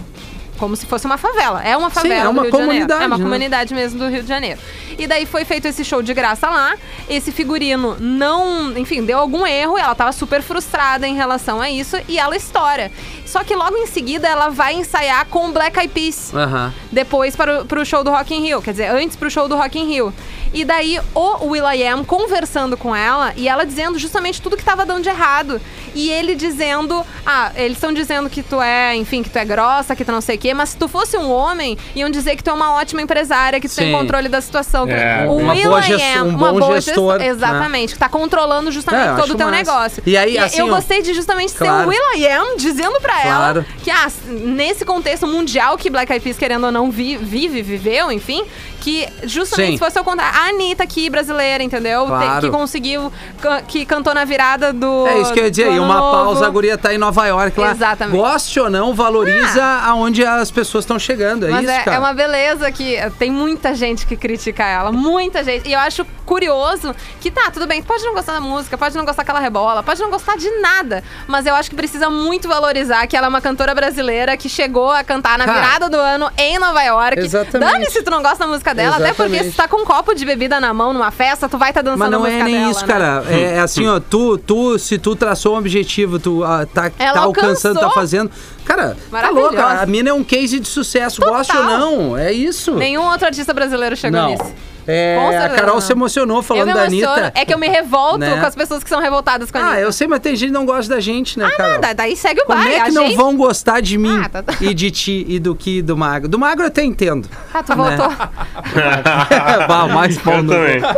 Speaker 5: como se fosse uma favela. É uma
Speaker 4: Sim,
Speaker 5: favela
Speaker 4: é
Speaker 5: do
Speaker 4: uma
Speaker 5: Rio de Janeiro.
Speaker 4: comunidade,
Speaker 5: É uma
Speaker 4: né?
Speaker 5: comunidade mesmo do Rio de Janeiro. E daí foi feito esse show de graça lá. Esse figurino não, enfim, deu algum erro. Ela tava super frustrada em relação a isso e ela estoura. Só que logo em seguida ela vai ensaiar com o Black Eyed Peas.
Speaker 4: Aham.
Speaker 5: Depois para o, pro show do Rock in Rio, quer dizer, antes pro show do Rock in Rio. E daí o Will.i.am conversando com ela e ela dizendo justamente tudo que tava dando de errado. E ele dizendo, ah, eles estão dizendo que tu é, enfim, que tu é grossa, que tu não sei o quê, mas se tu fosse um homem, iam dizer que tu é uma ótima empresária, que tu
Speaker 4: Sim.
Speaker 5: tem controle da situação. que-
Speaker 6: É,
Speaker 5: o
Speaker 4: uma boa
Speaker 5: Will.i.am,
Speaker 4: gesto- um
Speaker 5: uma
Speaker 4: bom
Speaker 5: boa
Speaker 4: gestor, né?
Speaker 5: gestor, exatamente, que tá controlando justamente
Speaker 4: É, eu
Speaker 5: todo
Speaker 4: acho
Speaker 5: o teu
Speaker 4: massa.
Speaker 5: negócio.
Speaker 4: E aí, assim,
Speaker 5: eu
Speaker 4: ó,
Speaker 5: gostei de justamente ser um
Speaker 4: claro.
Speaker 5: o Will.i.am dizendo pra
Speaker 4: Claro.
Speaker 5: ela que ah, nesse contexto mundial que Black Eyed Peas, querendo ou não, vi- vive, viveu, enfim, que justamente
Speaker 4: Sim.
Speaker 5: se fosse ao contrário, a Anitta aqui, brasileira, entendeu? Te-
Speaker 4: Claro.
Speaker 5: que conseguiu, ca- que cantou na virada do...
Speaker 4: É isso que eu ia dizer.
Speaker 5: do
Speaker 4: E
Speaker 5: ano
Speaker 4: uma
Speaker 5: novo.
Speaker 4: pausa, a guria tá em Nova York lá.
Speaker 5: Exatamente. Ah.
Speaker 4: Goste ou não, valoriza aonde as pessoas estão chegando. É
Speaker 5: Mas
Speaker 4: isso,
Speaker 5: é,
Speaker 4: cara.
Speaker 5: é uma beleza que eh, tem muita gente que critica ela, muita gente. E eu acho curioso que tá, tudo bem, tu pode não gostar da música, pode não gostar daquela rebola, pode não gostar de nada, mas eu acho que precisa muito valorizar que ela é uma cantora brasileira que chegou a cantar na
Speaker 4: Cara.
Speaker 5: virada do ano em Nova York.
Speaker 4: Exatamente.
Speaker 5: Dane se tu não gosta da música dela, até porque
Speaker 4: Exatamente.
Speaker 5: se tá com um copo de bebida na mão numa festa, tu vai tá dançando
Speaker 4: Mas
Speaker 5: a
Speaker 4: não
Speaker 5: música
Speaker 4: é nem
Speaker 5: dela, né?
Speaker 4: isso, cara. É, é assim, ó, tu, tu, se tu traçou um objetivo, tu ah, tá,
Speaker 5: Ela
Speaker 4: tá alcançando,
Speaker 5: alcançou.
Speaker 4: tá fazendo. Cara, tá
Speaker 5: Maravilhosa.
Speaker 4: louca. A mina é um case de sucesso,
Speaker 5: Total.
Speaker 4: goste ou não. É isso.
Speaker 5: Nenhum outro artista brasileiro chegou
Speaker 4: não.
Speaker 5: nisso.
Speaker 4: É,
Speaker 5: Com
Speaker 4: a
Speaker 5: certeza
Speaker 4: Carol
Speaker 5: não.
Speaker 4: se emocionou falando
Speaker 5: eu me
Speaker 4: da
Speaker 5: emociono.
Speaker 4: Anitta.
Speaker 5: É que eu me revolto
Speaker 4: Né?
Speaker 5: com as pessoas que são revoltadas com a Anitta.
Speaker 4: Ah, eu sei, mas tem gente que não gosta da gente, né, Carol?
Speaker 5: Ah, Nada, daí segue o
Speaker 4: Como
Speaker 5: baile.
Speaker 4: é que
Speaker 5: a
Speaker 4: não
Speaker 5: gente...
Speaker 4: vão gostar de mim
Speaker 5: Ah, tá- tá.
Speaker 4: e de ti e do que do magro? Do magro eu até entendo.
Speaker 5: Ah, tu voltou.
Speaker 4: Né? Bah, o Ah, mais bom
Speaker 6: Ah, Eu
Speaker 4: do-
Speaker 6: também.
Speaker 5: Tá,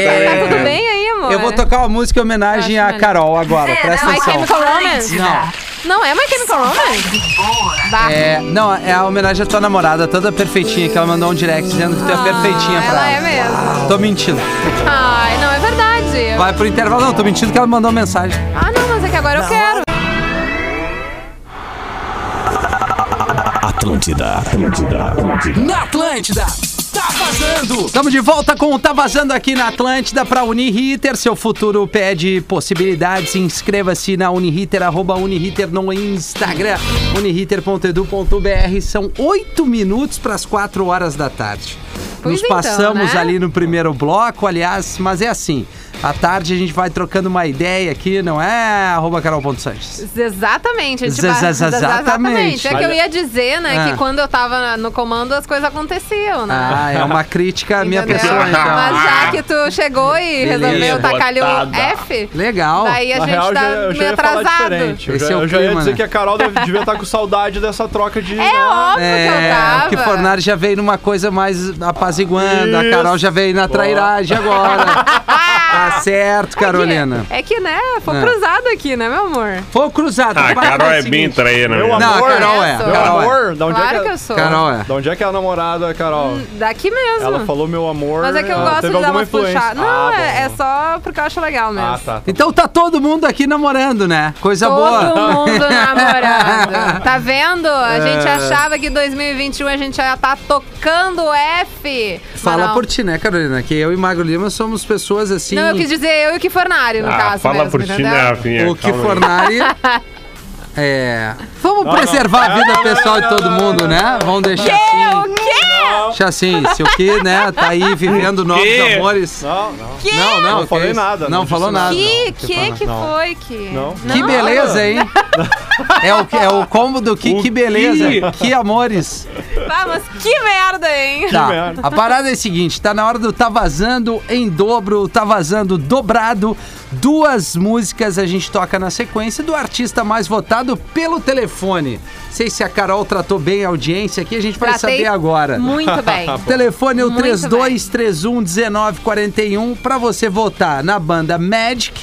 Speaker 4: É.
Speaker 5: tá tudo bem aí, amor?
Speaker 4: Eu vou tocar uma música em homenagem
Speaker 5: Acho
Speaker 4: à
Speaker 5: melhor.
Speaker 4: Carol agora, presta
Speaker 5: É, My
Speaker 4: atenção.
Speaker 5: Chemical Romance?
Speaker 4: Não.
Speaker 5: Não é My Chemical Romance? Bah.
Speaker 4: É, não, é a homenagem à tua namorada, toda perfeitinha, que ela mandou um direct dizendo que tu é perfeitinha
Speaker 5: Ah,
Speaker 4: pra
Speaker 5: ela
Speaker 4: ela.
Speaker 5: é mesmo.
Speaker 4: Tô mentindo.
Speaker 5: Ai, não, é verdade.
Speaker 4: Vai pro intervalo. Não, tô mentindo que ela mandou mensagem.
Speaker 5: Ah, não, mas é que agora eu quero.
Speaker 1: Atlântida, Atlântida, Atlântida.
Speaker 2: Na Atlântida, tá vazando!
Speaker 4: Estamos de volta com o Tá Vazando aqui na Atlântida para Uniriter. Seu futuro pede possibilidades. Inscreva-se na Uniriter, arroba Uniriter no Instagram, uniriter.edu.br. São oito minutos para as quatro horas da tarde.
Speaker 5: Pois
Speaker 4: Nos
Speaker 5: então,
Speaker 4: passamos
Speaker 5: né?
Speaker 4: ali no primeiro bloco, aliás, mas é assim. À tarde a gente vai trocando uma ideia aqui, não é? Arroba Carol.Sanches.
Speaker 5: Exatamente, a gente
Speaker 4: Zez-
Speaker 5: vai-
Speaker 4: zez- exatamente.
Speaker 5: É que eu
Speaker 7: Olha-
Speaker 5: ia dizer, né,
Speaker 4: Ah.
Speaker 5: que quando eu tava no comando as coisas aconteciam, né?
Speaker 4: Ah, é uma crítica à minha
Speaker 5: Entendeu?
Speaker 4: pessoa, então.
Speaker 5: Mas já que tu chegou e
Speaker 4: Beleza.
Speaker 5: resolveu tacar-lhe o
Speaker 6: Botada.
Speaker 5: F,
Speaker 4: Legal.
Speaker 5: daí a
Speaker 7: Na
Speaker 5: gente
Speaker 7: real, eu
Speaker 5: tá
Speaker 7: já, eu já
Speaker 5: meio
Speaker 7: ia falar
Speaker 5: atrasado.
Speaker 7: diferente. Eu
Speaker 4: Esse
Speaker 7: já,
Speaker 4: é o
Speaker 7: eu já ia
Speaker 4: clima,
Speaker 7: dizer
Speaker 4: né?
Speaker 7: que a Carol deve- devia estar com saudade dessa troca de. né?
Speaker 5: É óbvio que eu
Speaker 4: É,
Speaker 5: tava.
Speaker 4: o que Fornari já veio numa coisa mais apaziguando, a Carol já veio na trairagem agora. tá certo, Carolina.
Speaker 5: É que, né, foi
Speaker 4: É.
Speaker 5: cruzado aqui, né, meu amor?
Speaker 4: Foi o cruzado.
Speaker 6: Ah, a
Speaker 4: Vai,
Speaker 6: Carol
Speaker 4: vai,
Speaker 6: é bem
Speaker 4: seguinte.
Speaker 6: traíra,
Speaker 7: Meu
Speaker 6: meu.
Speaker 4: Não, a
Speaker 7: amor.
Speaker 4: Carol é. a
Speaker 5: Meu
Speaker 7: Meu
Speaker 4: Carol é.
Speaker 7: amor, da onde, é
Speaker 5: Claro
Speaker 7: que
Speaker 5: que
Speaker 7: é,
Speaker 5: eu sou.
Speaker 4: Carol é.
Speaker 7: da onde é que é a namorada, Carol?
Speaker 5: Daqui mesmo.
Speaker 7: Ela falou meu amor.
Speaker 5: Hum, Mas é que eu
Speaker 7: ela
Speaker 5: gosto
Speaker 7: teve
Speaker 5: de dar
Speaker 7: alguma
Speaker 5: umas
Speaker 7: influência.
Speaker 5: puxadas. Não,
Speaker 7: Ah,
Speaker 5: é, é
Speaker 7: bom.
Speaker 5: só porque eu acho legal mesmo.
Speaker 7: Ah, tá.
Speaker 4: Então tá todo mundo aqui namorando, né? Coisa
Speaker 5: Todo
Speaker 4: boa.
Speaker 5: mundo namorando. Tá vendo? A gente achava que 2021 a gente já tá tocando o F. Mas
Speaker 4: Fala
Speaker 5: não.
Speaker 4: por ti, né, Carolina? Que eu e Magro Lima somos pessoas assim.
Speaker 5: Não, eu quis dizer eu e o que Fornari, no
Speaker 6: Ah,
Speaker 5: caso.
Speaker 6: fala
Speaker 5: mesmo,
Speaker 6: por ti,
Speaker 5: entendeu?
Speaker 6: né, Rafinha?
Speaker 4: o que
Speaker 6: Calma aí.
Speaker 4: Fornari. É. Vamos preservar a
Speaker 7: não.
Speaker 4: vida
Speaker 7: Não, não,
Speaker 4: pessoal de
Speaker 7: não,
Speaker 4: todo
Speaker 7: não,
Speaker 4: mundo,
Speaker 7: não,
Speaker 4: né? Vamos deixar assim.
Speaker 5: O quê?
Speaker 4: Deixar assim, se o que, né? Tá aí vivendo novos
Speaker 6: quê?
Speaker 4: amores.
Speaker 7: Não, não.
Speaker 5: Que?
Speaker 4: Não, não,
Speaker 7: Não
Speaker 4: que
Speaker 7: falei
Speaker 4: isso.
Speaker 7: nada,
Speaker 4: Não,
Speaker 7: não
Speaker 4: falou
Speaker 7: disse
Speaker 4: nada.
Speaker 5: Que, que,
Speaker 4: Não.
Speaker 5: que foi que?
Speaker 7: Não.
Speaker 4: Que beleza, hein? É o, é o combo do que,
Speaker 6: O
Speaker 4: que beleza,
Speaker 6: que?
Speaker 4: que amores.
Speaker 5: Tá, mas que merda, hein?
Speaker 4: Tá.
Speaker 7: merda.
Speaker 4: A parada é a seguinte, tá na hora do Tá Vazando em dobro, Tá Vazando dobrado. Duas músicas a gente toca na sequência do artista mais votado pelo telefone. Não sei se a Carol tratou bem a audiência aqui, a gente vai
Speaker 5: Tratei
Speaker 4: saber agora.
Speaker 5: Muito bem.
Speaker 4: O telefone é o
Speaker 5: Muito
Speaker 4: 32311941 para um você votar na banda Magic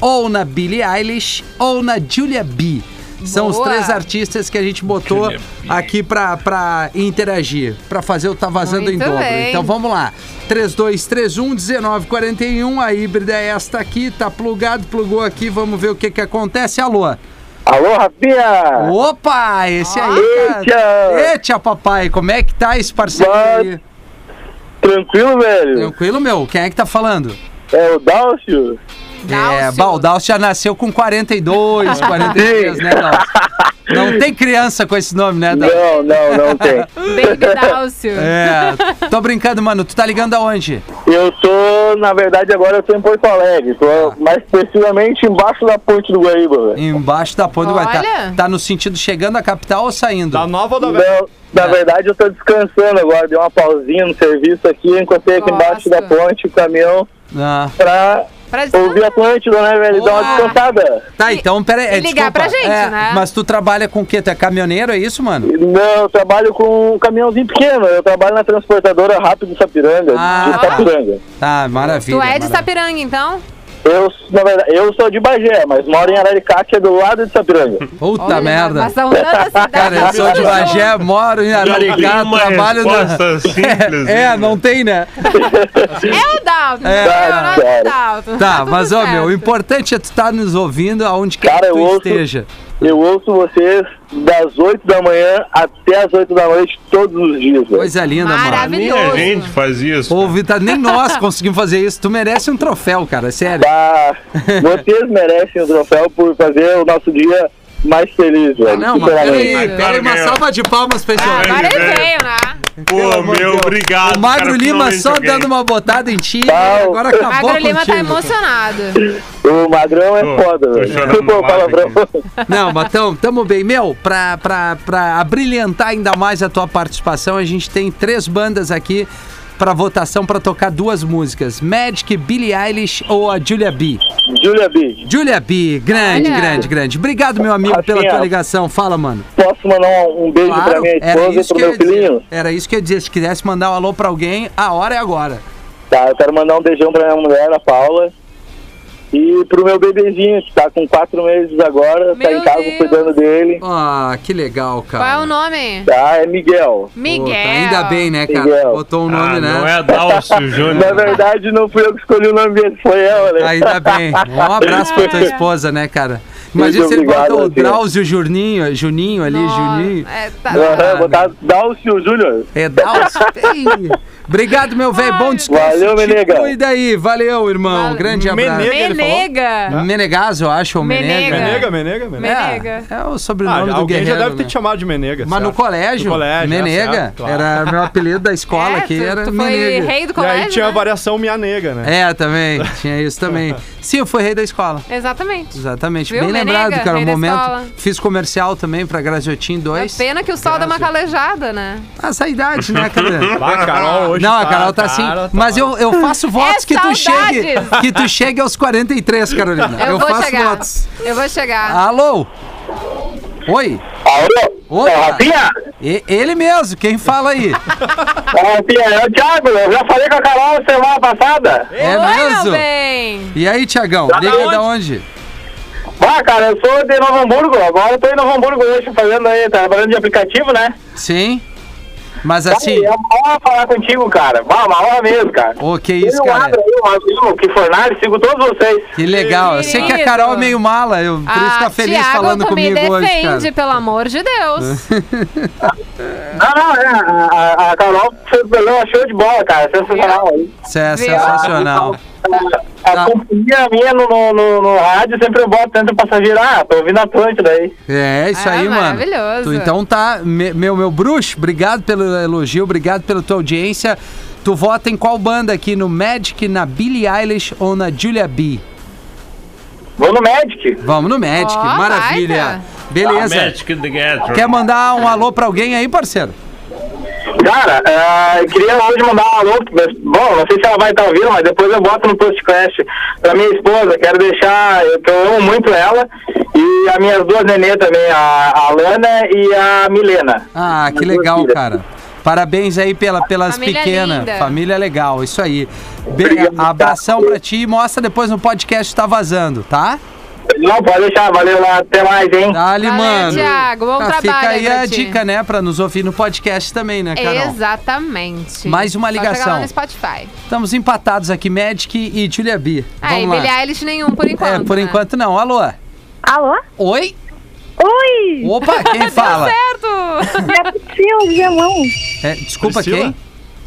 Speaker 4: ou na Billie Eilish ou na Julia B. São os
Speaker 5: Boa.
Speaker 4: três artistas que a gente botou
Speaker 6: Julia B.
Speaker 4: aqui pra, pra interagir, pra fazer o Tá Vazando em
Speaker 5: Muito
Speaker 4: Dobro.
Speaker 5: bem.
Speaker 4: Então vamos lá. 32311941, a híbrida é esta aqui, tá plugado, plugou aqui, vamos ver o que que acontece. Alô?
Speaker 8: Alô, Rafinha!
Speaker 4: Opa, esse aí, cara.
Speaker 8: Eita!
Speaker 4: Eita, papai, como é que tá esse parceiro
Speaker 8: Mas-
Speaker 4: aí?
Speaker 8: Tranquilo, velho?
Speaker 4: Tranquilo, meu? Quem é que tá falando?
Speaker 8: É o Dálcio?
Speaker 4: É,
Speaker 5: Dálcio.
Speaker 4: Baldaus já nasceu com 42, 43,
Speaker 8: Sim.
Speaker 4: né, Dálcio? Não tem criança com esse nome, né, Dálcio?
Speaker 8: Não, não, não tem.
Speaker 5: Baby Dálcio.
Speaker 4: É, tô brincando, mano. Tu tá ligando aonde?
Speaker 8: Eu tô, na verdade, agora eu tô em Porto Alegre. Tô mais precisamente embaixo da ponte do Guaíba, velho.
Speaker 4: Embaixo da ponte do Guaitá.
Speaker 5: Olha. Tá
Speaker 4: Tá no sentido chegando à capital ou saindo?
Speaker 7: Da nova ou da velha?
Speaker 8: Não, na verdade, eu tô descansando agora. Dei uma pausinha no serviço aqui. Encontrei aqui embaixo da
Speaker 5: Nossa.
Speaker 8: ponte o caminhão
Speaker 4: Ah.
Speaker 8: pra
Speaker 5: Pra dizer- é
Speaker 8: ouvir a Atlântida, né, velho? Dar
Speaker 4: Boa.
Speaker 8: uma descansada.
Speaker 4: Tá, então, peraí. é,
Speaker 5: E ligar
Speaker 4: desculpa.
Speaker 5: pra gente,
Speaker 4: É,
Speaker 5: né?
Speaker 4: Mas tu trabalha com o quê? Tu é caminhoneiro, é isso, mano?
Speaker 8: Não, eu trabalho com um caminhãozinho pequeno. Eu trabalho na transportadora Rápido Sapiranga,
Speaker 4: Ah,
Speaker 8: de
Speaker 4: tá.
Speaker 8: Sapiranga.
Speaker 4: Tá, maravilha.
Speaker 5: Tu é de
Speaker 4: maravilha.
Speaker 5: Sapiranga, então?
Speaker 8: Eu, na verdade, eu sou de Bagé, mas moro em Araricá, que é do lado de Sapiranga.
Speaker 4: Puta
Speaker 5: Olha,
Speaker 4: merda.
Speaker 5: Mas são tantas cidades.
Speaker 4: Cara, eu sou de Bagé, moro em
Speaker 6: tem
Speaker 4: Araricá,
Speaker 6: uma
Speaker 4: trabalho na...
Speaker 6: resposta simples,
Speaker 4: É,
Speaker 6: né?
Speaker 4: não tem, né?
Speaker 5: É o Dalton. É,
Speaker 8: Tá,
Speaker 5: o
Speaker 8: cara.
Speaker 5: Dalton.
Speaker 4: Tá,
Speaker 5: tudo
Speaker 4: mas, ó,
Speaker 5: certo. Ah,
Speaker 4: meu, o importante é tu estar nos ouvindo aonde quer
Speaker 8: Cara,
Speaker 4: que
Speaker 8: eu
Speaker 4: tu
Speaker 8: ouço-
Speaker 4: esteja.
Speaker 8: Eu ouço vocês das 8 da manhã até as 8 da noite todos os dias, velho.
Speaker 4: Coisa linda, mano.
Speaker 5: Maravilha.
Speaker 6: Minha
Speaker 5: Maravilhoso.
Speaker 6: gente faz isso.
Speaker 4: Ô, Vitor, nem nós conseguimos fazer isso. Tu merece um troféu, cara, sério.
Speaker 8: Tá. Vocês merecem o troféu por fazer o nosso dia mais feliz, velho.
Speaker 4: Ah, Não, mas
Speaker 8: sinceramente.
Speaker 4: peraí, peraí, uma
Speaker 6: ganhou.
Speaker 4: salva de palmas pra esse
Speaker 5: Ah,
Speaker 4: homem.
Speaker 5: Agora ele
Speaker 6: velho.
Speaker 5: veio, né?
Speaker 4: pelo
Speaker 6: Pô,
Speaker 4: amor de
Speaker 6: meu,
Speaker 4: Deus.
Speaker 6: obrigado.
Speaker 4: O Magro
Speaker 6: cara,
Speaker 4: Lima
Speaker 6: finalmente
Speaker 4: só
Speaker 6: alguém.
Speaker 4: dando uma botada em ti, e
Speaker 8: Tá,
Speaker 4: agora
Speaker 8: o-
Speaker 4: acabou
Speaker 5: Magro Lima tá
Speaker 4: contigo.
Speaker 5: emocionado.
Speaker 8: O Magrão é
Speaker 6: Tô-
Speaker 8: foda,
Speaker 6: tô
Speaker 8: velho.
Speaker 6: chorando
Speaker 8: Desculpa o
Speaker 6: no ar
Speaker 8: palavrão.
Speaker 4: Não, mas tamo, tamo bem. Meu, pra, pra, pra abrilhantar ainda mais a tua participação, a gente tem três bandas aqui pra votação pra tocar duas músicas. Magic, Billie Eilish ou a Julia B.
Speaker 8: Julia B,
Speaker 4: Julia B, grande,
Speaker 5: Olha.
Speaker 4: grande, grande. Obrigado, meu amigo, pela
Speaker 8: Rafinha.
Speaker 4: tua ligação. Fala, mano.
Speaker 8: posso mandar um, um beijo Assim, pra minha
Speaker 4: era
Speaker 8: esposa e
Speaker 4: isso
Speaker 8: pro
Speaker 4: que eu
Speaker 8: meu
Speaker 4: ia dizer.
Speaker 8: filhinho?
Speaker 4: Era isso que eu ia dizer. Se quisesse mandar um alô pra alguém, a hora é agora.
Speaker 8: Tá, eu quero mandar um beijão pra minha mulher, a Paula. E pro meu bebezinho, que tá com quatro meses agora, tá
Speaker 5: Meu
Speaker 8: em casa
Speaker 5: Deus.
Speaker 8: cuidando dele.
Speaker 4: Ah, que legal, cara.
Speaker 5: Qual é o nome?
Speaker 8: Tá, é Miguel.
Speaker 5: Miguel.
Speaker 4: Puta, ainda bem, né, cara?
Speaker 8: Miguel.
Speaker 4: Botou um nome,
Speaker 6: Ah,
Speaker 4: né?
Speaker 6: não é Dalcio
Speaker 8: Na
Speaker 6: Júnior.
Speaker 8: verdade, não fui eu que escolhi o nome dele, foi ela,
Speaker 6: assim.
Speaker 8: né?
Speaker 4: Ainda bem. Um abraço pra tua
Speaker 5: Ai.
Speaker 4: esposa, né, cara? Imagina
Speaker 8: Muito
Speaker 4: se ele
Speaker 8: obrigado,
Speaker 4: botou o
Speaker 8: Rafinha.
Speaker 4: Drauzio Juninho, Juninho ali,
Speaker 5: Nossa,
Speaker 4: Juninho.
Speaker 5: é, tá-
Speaker 8: Aham, botar Dalcio Júnior.
Speaker 4: É Drauzio. Ei. Obrigado, meu velho. Bom descanso.
Speaker 8: Valeu,
Speaker 4: Te
Speaker 8: Menega.
Speaker 4: Cuida aí. Valeu, irmão.
Speaker 5: Valeu.
Speaker 4: Grande abraço.
Speaker 7: Menega. Ele falou?
Speaker 6: né?
Speaker 5: Menega.
Speaker 4: Menegas, eu acho, ou Menega.
Speaker 5: Menega.
Speaker 7: Menega, Menega, Menega.
Speaker 5: Menega.
Speaker 4: É, é o
Speaker 7: Ah,
Speaker 4: sobrenome do
Speaker 7: alguém
Speaker 4: guerreiro.
Speaker 7: já deve ter
Speaker 4: né?
Speaker 7: te chamado de Menega.
Speaker 4: Mas no
Speaker 7: certo?
Speaker 4: colégio,
Speaker 7: No colégio, é,
Speaker 4: Menega,
Speaker 7: certo, claro.
Speaker 4: era meu apelido da escola
Speaker 5: É,
Speaker 4: aqui,
Speaker 5: tu-
Speaker 4: era
Speaker 5: tu foi
Speaker 4: Menega.
Speaker 5: rei do
Speaker 7: E
Speaker 5: colégio,
Speaker 7: aí tinha a
Speaker 5: né?
Speaker 7: variação Minha Nega, né?
Speaker 4: É, também, tinha isso também. Sim, eu fui rei da escola.
Speaker 5: Exatamente.
Speaker 4: Exatamente,
Speaker 5: Viu,
Speaker 4: bem
Speaker 5: Menega?
Speaker 4: lembrado, cara, um
Speaker 5: Rei da
Speaker 4: momento.
Speaker 5: escola.
Speaker 4: Fiz comercial também pra Graziotin
Speaker 5: É
Speaker 4: 2.
Speaker 5: pena que o sol dá uma calejada, né?
Speaker 4: Essa idade, né, cara?
Speaker 7: Ah, a Carol hoje
Speaker 4: Não, a Carol tá assim.
Speaker 7: cara,
Speaker 4: mas eu, eu faço votos que tu
Speaker 5: É saudades!
Speaker 4: chegue que tu chegue aos 43, Carolina.
Speaker 5: Eu, vou
Speaker 4: Ah, faço
Speaker 5: chegar.
Speaker 4: votos. Ah,
Speaker 5: Eu vou chegar.
Speaker 4: Alô? Oi?
Speaker 8: Alô?
Speaker 4: Opa!
Speaker 8: É o Rafinha?
Speaker 4: E- ele mesmo, quem fala aí?
Speaker 8: É o Rafinha, é o Thiago, eu já falei com a Carol semana passada.
Speaker 4: É
Speaker 5: Oi, meu
Speaker 4: mesmo?
Speaker 5: bem.
Speaker 4: E aí, Tiagão?
Speaker 8: Lá Tá da
Speaker 4: Liga da onde?
Speaker 8: Ah, cara, eu sou de Novo Hamburgo, agora eu tô em Novo Hamburgo hoje, fazendo aí, trabalhando de aplicativo, né?
Speaker 4: Sim. Mas assim,
Speaker 8: É uma honra falar contigo, cara. Bah, uma honra mesmo, cara.
Speaker 4: ô, que É isso,
Speaker 8: eu
Speaker 4: cara?
Speaker 8: abro aí, eu abro que fornalho, sigo todos vocês.
Speaker 4: Que legal. Eu sei que a Carol é meio mala, eu, por isso tá feliz
Speaker 5: Ah, Thiago,
Speaker 4: falando
Speaker 5: tu me
Speaker 4: comigo
Speaker 5: defende,
Speaker 4: hoje, cara. É.
Speaker 5: pelo amor de Deus.
Speaker 8: Não, não, é, a, a- a Carol fez um programa show de bola, cara, sensacional.
Speaker 4: Isso é
Speaker 5: Viu?
Speaker 4: sensacional.
Speaker 8: A, a
Speaker 4: Tá.
Speaker 8: companhia minha no, no, no, no rádio sempre eu boto dentro do passageiro, ah, tô ouvindo a Atlântida aí.
Speaker 4: É, isso
Speaker 5: Ah,
Speaker 4: aí, mano.
Speaker 5: maravilhoso.
Speaker 4: Tu, então tá, me- meu, meu bruxo, obrigado pelo elogio, obrigado pela tua audiência. Tu vota em qual banda aqui? No Magic, na Billie Eilish ou na Julia B?
Speaker 8: Vou no Magic.
Speaker 4: Vamos no Magic,
Speaker 5: Ó,
Speaker 4: maravilha.
Speaker 5: baita.
Speaker 4: Beleza.
Speaker 6: Magic the Gathering.
Speaker 4: Quer mandar um alô pra alguém aí, parceiro?
Speaker 8: Cara, é, eu queria hoje mandar um alô, mas, bom, não sei se ela vai estar ouvindo, mas depois eu boto no post clash pra minha esposa, quero deixar, eu, que eu amo muito ela, e as minhas duas nenê também, a, a Lana e a Milena.
Speaker 4: Ah, que
Speaker 8: Minhas duas
Speaker 4: legal,
Speaker 8: filhas.
Speaker 4: cara. Parabéns aí pela, pelas
Speaker 5: Família
Speaker 4: pequenas.
Speaker 5: linda.
Speaker 4: Família legal, isso aí. Be abração pra ti e mostra depois no podcast que tá vazando, tá?
Speaker 8: Não, pode deixar, valeu lá, até mais, hein?
Speaker 4: Dale,
Speaker 5: Valeu,
Speaker 4: mano. Tá, Ah,
Speaker 5: Thiago, bom trabalho
Speaker 4: Fica
Speaker 5: aí
Speaker 4: aí
Speaker 5: pra
Speaker 4: a
Speaker 5: ti.
Speaker 4: dica, né? Pra nos ouvir no podcast também, né, Carol?
Speaker 5: Exatamente.
Speaker 4: Mais uma
Speaker 5: Só
Speaker 4: ligação.
Speaker 5: chegar lá no Spotify.
Speaker 4: Estamos empatados aqui, Magic e Julia B.
Speaker 5: Aí,
Speaker 4: Vamos
Speaker 5: Billie
Speaker 4: lá.
Speaker 5: Eilish nenhum, por enquanto.
Speaker 4: é, por
Speaker 5: né?
Speaker 4: enquanto não. Alô?
Speaker 9: Alô?
Speaker 4: Oi?
Speaker 9: Oi!
Speaker 4: Opa, quem fala?
Speaker 5: Certo!
Speaker 9: É a Priscila de Viamão.
Speaker 4: É, desculpa,
Speaker 7: Priscila?
Speaker 4: quem?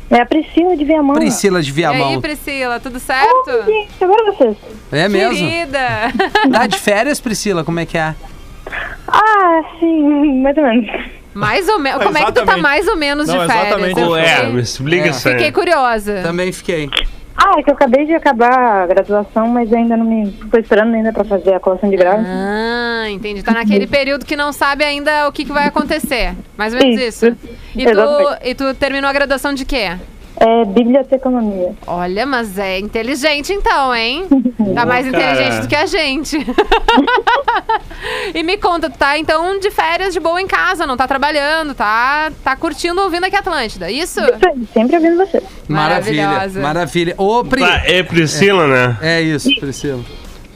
Speaker 9: É a Priscila de Viamão.
Speaker 4: Priscila
Speaker 5: E
Speaker 4: de
Speaker 5: aí,
Speaker 4: Viamão.
Speaker 5: Priscila, tudo
Speaker 9: Oi,
Speaker 5: certo?
Speaker 9: gente, agora vocês.
Speaker 4: É mesmo?
Speaker 5: Querida!
Speaker 4: Tá de férias, Priscila? Como é que é?
Speaker 9: Ah, sim, mais ou menos.
Speaker 5: Mais ou menos.
Speaker 7: É,
Speaker 5: Como é que tu tá
Speaker 7: exatamente.
Speaker 5: mais ou menos
Speaker 7: Não,
Speaker 5: de férias?
Speaker 7: exatamente.
Speaker 5: Eu
Speaker 6: Pô, é,
Speaker 5: fiquei-
Speaker 6: me explica
Speaker 4: É.
Speaker 6: isso aí.
Speaker 5: Fiquei curiosa.
Speaker 4: Também fiquei.
Speaker 9: Ah, é que eu acabei de acabar a graduação, mas ainda não me. Tô esperando ainda pra fazer a colação de grau.
Speaker 5: Ah, entendi. Tá
Speaker 4: Uhum.
Speaker 5: naquele período que não sabe ainda o que, que vai acontecer. Mais ou menos isso.
Speaker 9: Isso.
Speaker 5: E tu,
Speaker 9: Exatamente.
Speaker 5: e tu terminou a graduação de quê?
Speaker 9: É biblioteconomia.
Speaker 5: Olha, mas é inteligente então, hein? Tá mais
Speaker 6: Ô, cara.
Speaker 5: inteligente do que a gente. e me conta, tu tá então de férias de boa em casa, não tá trabalhando, tá, tá curtindo ouvindo aqui Atlântida, isso?
Speaker 9: Isso aí, sempre ouvindo você.
Speaker 4: Maravilha,
Speaker 5: Maravilhosa.
Speaker 4: maravilha. Ô, Pri.
Speaker 6: Tá, é Priscila, né?
Speaker 4: É isso, Priscila.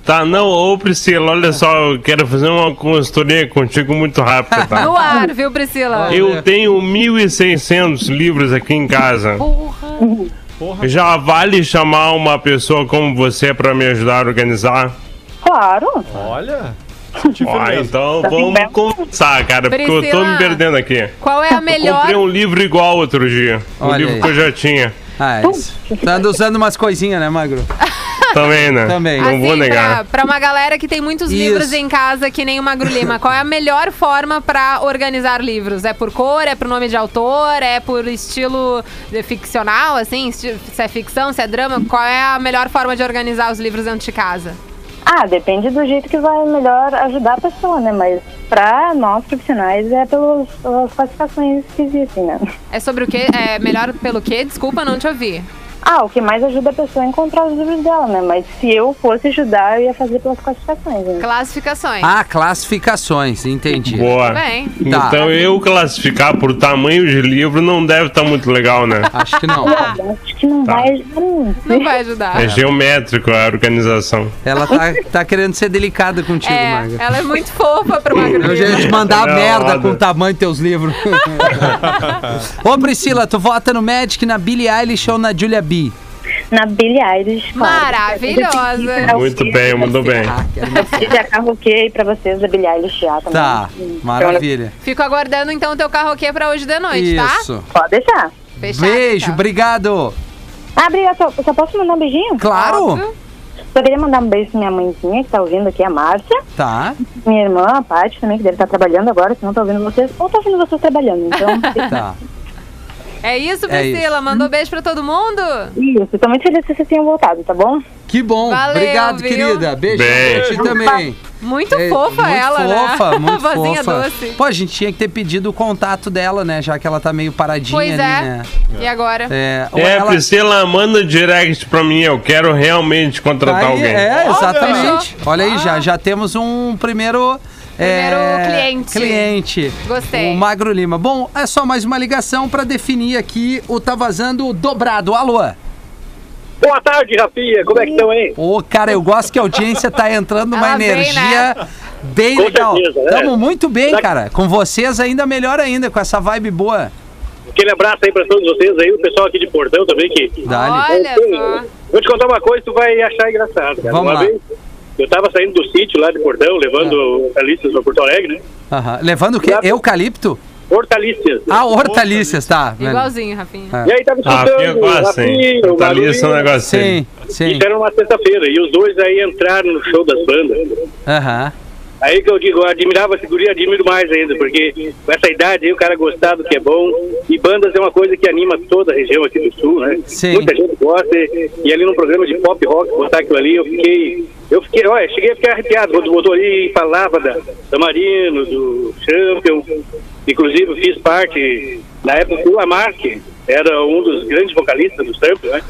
Speaker 6: Tá, não, ô Priscila, olha só, eu quero fazer uma consultoria contigo muito rápida, tá?
Speaker 5: No ar, viu, Priscila?
Speaker 4: né?
Speaker 6: Eu tenho 1.600 livros aqui em casa.
Speaker 5: Porra.
Speaker 6: Já vale chamar uma pessoa como você pra me ajudar a organizar?
Speaker 9: Claro.
Speaker 7: Olha. senti
Speaker 6: Ó,
Speaker 7: firmeza.
Speaker 6: então vamos conversar, cara, porque eu tô
Speaker 5: Priscila,
Speaker 6: me perdendo aqui.
Speaker 5: Qual é a melhor?
Speaker 6: Comprei um livro igual outro dia. Um
Speaker 4: Olha
Speaker 6: livro
Speaker 4: aí.
Speaker 6: que eu já tinha.
Speaker 4: Ah,
Speaker 5: Então,
Speaker 4: é isso. Tá andando usando umas coisinhas, né, Magro?
Speaker 6: Também, né?
Speaker 4: Também.
Speaker 6: Não vou
Speaker 5: Assim, pra,
Speaker 6: negar.
Speaker 5: pra uma galera que tem muitos
Speaker 4: Isso.
Speaker 5: livros em casa, que nem o Magro Lima, qual é a melhor forma pra organizar livros? É por cor, é por nome de autor, é por estilo eh, ficcional, assim? esti- Se é ficção, se é drama, qual é a melhor forma de organizar os livros dentro de casa?
Speaker 9: Ah, depende do jeito que vai melhor ajudar a pessoa, né? Mas pra nós profissionais é pelos- pelas classificações que existem, né?
Speaker 5: É sobre o quê? É melhor pelo quê? Desculpa, não te ouvi.
Speaker 9: Ah, o que mais ajuda a pessoa é encontrar os livros dela, né? Mas se eu fosse ajudar, eu ia fazer pelas classificações, né?
Speaker 5: Classificações.
Speaker 4: Ah, classificações, entendi.
Speaker 6: Boa.
Speaker 5: Tudo bem.
Speaker 4: Tá.
Speaker 6: Então eu classificar por tamanho de livro não deve estar muito legal, né?
Speaker 4: Acho que não.
Speaker 9: Eu Então, Acho que não vai ajudar muito.
Speaker 5: Não vai ajudar.
Speaker 6: É geométrico a organização.
Speaker 4: Ela tá, tá querendo ser delicada contigo, Magro.
Speaker 5: É, ela é muito fofa pro Magro
Speaker 4: Eu já ia te
Speaker 5: Lima.
Speaker 4: mandar
Speaker 6: É uma
Speaker 4: merda
Speaker 6: roda.
Speaker 4: com o tamanho dos teus livros. Ô, Priscila, tu vota no Magic, na Billie Eilish ou na Julia B?
Speaker 9: Na Billie Eilish, claro.
Speaker 5: Maravilhosa.
Speaker 6: Muito bem, mandou
Speaker 5: assim,
Speaker 6: bem.
Speaker 5: tá. Ah,
Speaker 9: Já carroquei pra vocês a Billie Eilish já também.
Speaker 4: Tá, maravilha.
Speaker 5: Fico aguardando então o teu carroquê pra hoje de noite, tá?
Speaker 4: Isso.
Speaker 9: Pode deixar.
Speaker 5: Fechado,
Speaker 4: Beijo,
Speaker 5: então.
Speaker 4: obrigado.
Speaker 9: Ah, obrigada. Só, só posso mandar um beijinho?
Speaker 4: Claro.
Speaker 5: Óbvio.
Speaker 9: Só queria mandar um beijo pra minha mãezinha, que tá ouvindo aqui, a Márcia.
Speaker 4: Tá,
Speaker 9: Minha irmã, a Paty também, que deve estar trabalhando agora, se não tá ouvindo vocês. Ou tá ouvindo vocês trabalhando, então...
Speaker 4: tá.
Speaker 5: É isso,
Speaker 4: É
Speaker 5: Priscila. Mandou beijo pra todo mundo?
Speaker 9: Isso, tô muito feliz que vocês tenham voltado, tá bom?
Speaker 4: Que bom.
Speaker 5: Valeu,
Speaker 4: obrigado,
Speaker 5: viu?
Speaker 4: querida. Beijo
Speaker 6: Beijo.
Speaker 4: pra ti também.
Speaker 5: Muito
Speaker 4: É,
Speaker 5: fofa
Speaker 4: muito
Speaker 5: ela,
Speaker 4: fofa,
Speaker 5: né?
Speaker 4: Muito
Speaker 5: Vozinha
Speaker 4: fofa.
Speaker 5: doce.
Speaker 4: Pô, a gente tinha que ter pedido o contato dela, né? Já que ela tá meio paradinha
Speaker 5: Pois
Speaker 4: ali, né?
Speaker 5: é. E agora?
Speaker 4: É, ou
Speaker 6: É,
Speaker 4: ela-
Speaker 6: Priscila, manda direct pra mim, eu quero realmente
Speaker 4: Tá
Speaker 6: contratar
Speaker 4: aí,
Speaker 6: alguém.
Speaker 4: É, exatamente.
Speaker 5: Fechou. Ah.
Speaker 4: Olha aí, já, já temos um primeiro. é,
Speaker 5: Primeiro cliente.
Speaker 4: cliente.
Speaker 5: Gostei.
Speaker 4: O Magro Lima. Bom, é só mais uma ligação pra definir aqui o Tá Vazando Dobrado. Alô?
Speaker 8: Boa tarde, Rafinha. Como é que estão, hein?
Speaker 4: Ô, cara, eu gosto que a audiência tá entrando numa
Speaker 5: Ela vem,
Speaker 4: energia
Speaker 5: né?
Speaker 4: bem
Speaker 8: Com
Speaker 4: legal.
Speaker 8: certeza, né?
Speaker 4: Tamo muito bem,
Speaker 8: Será que-
Speaker 4: cara. Com vocês ainda melhor ainda, com essa vibe boa.
Speaker 8: Aquele abraço aí pra todos vocês aí, o pessoal aqui de Portão também que...
Speaker 4: Dali.
Speaker 5: Olha só.
Speaker 8: Vou te contar uma coisa, tu vai achar engraçado, cara.
Speaker 4: Vamos
Speaker 8: uma
Speaker 4: lá.
Speaker 8: vez, eu tava saindo do sítio lá de Portão,
Speaker 4: É.
Speaker 8: levando hortaliças pra Porto Alegre, né?
Speaker 4: Aham. Levando o quê? Eucalipto?
Speaker 8: Hortaliças.
Speaker 4: Ah, hortaliças, tá.
Speaker 5: Igualzinho, Rafinha.
Speaker 4: É.
Speaker 8: E aí tava
Speaker 6: Ah,
Speaker 8: escutando,
Speaker 6: Rafinha gosta, hein?
Speaker 8: o
Speaker 6: Fortaleça o
Speaker 8: Barulhinho.
Speaker 6: é um negócio.
Speaker 4: Sim, sim.
Speaker 8: Isso era uma sexta-feira, e os dois aí entraram no show das bandas.
Speaker 4: Aham.
Speaker 8: Aí que eu digo, eu admirava a segurança, admiro mais ainda, porque com essa idade aí o cara gostar do que é bom. E bandas é uma coisa que anima toda a região aqui do sul, né?
Speaker 4: Sim.
Speaker 8: Muita gente gosta. E, e ali num programa de pop rock, botar aquilo ali, eu fiquei. Eu fiquei, olha, cheguei a ficar arrepiado quando botou ali e falava da, da Marino, do Champion. Inclusive eu fiz parte, na época, o Lamarck era um dos grandes vocalistas do Champion, né?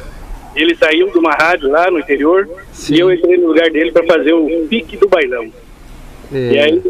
Speaker 8: Ele saiu de uma rádio lá no interior e eu entrei no lugar dele para fazer o pique do bailão.
Speaker 4: É.
Speaker 8: E aí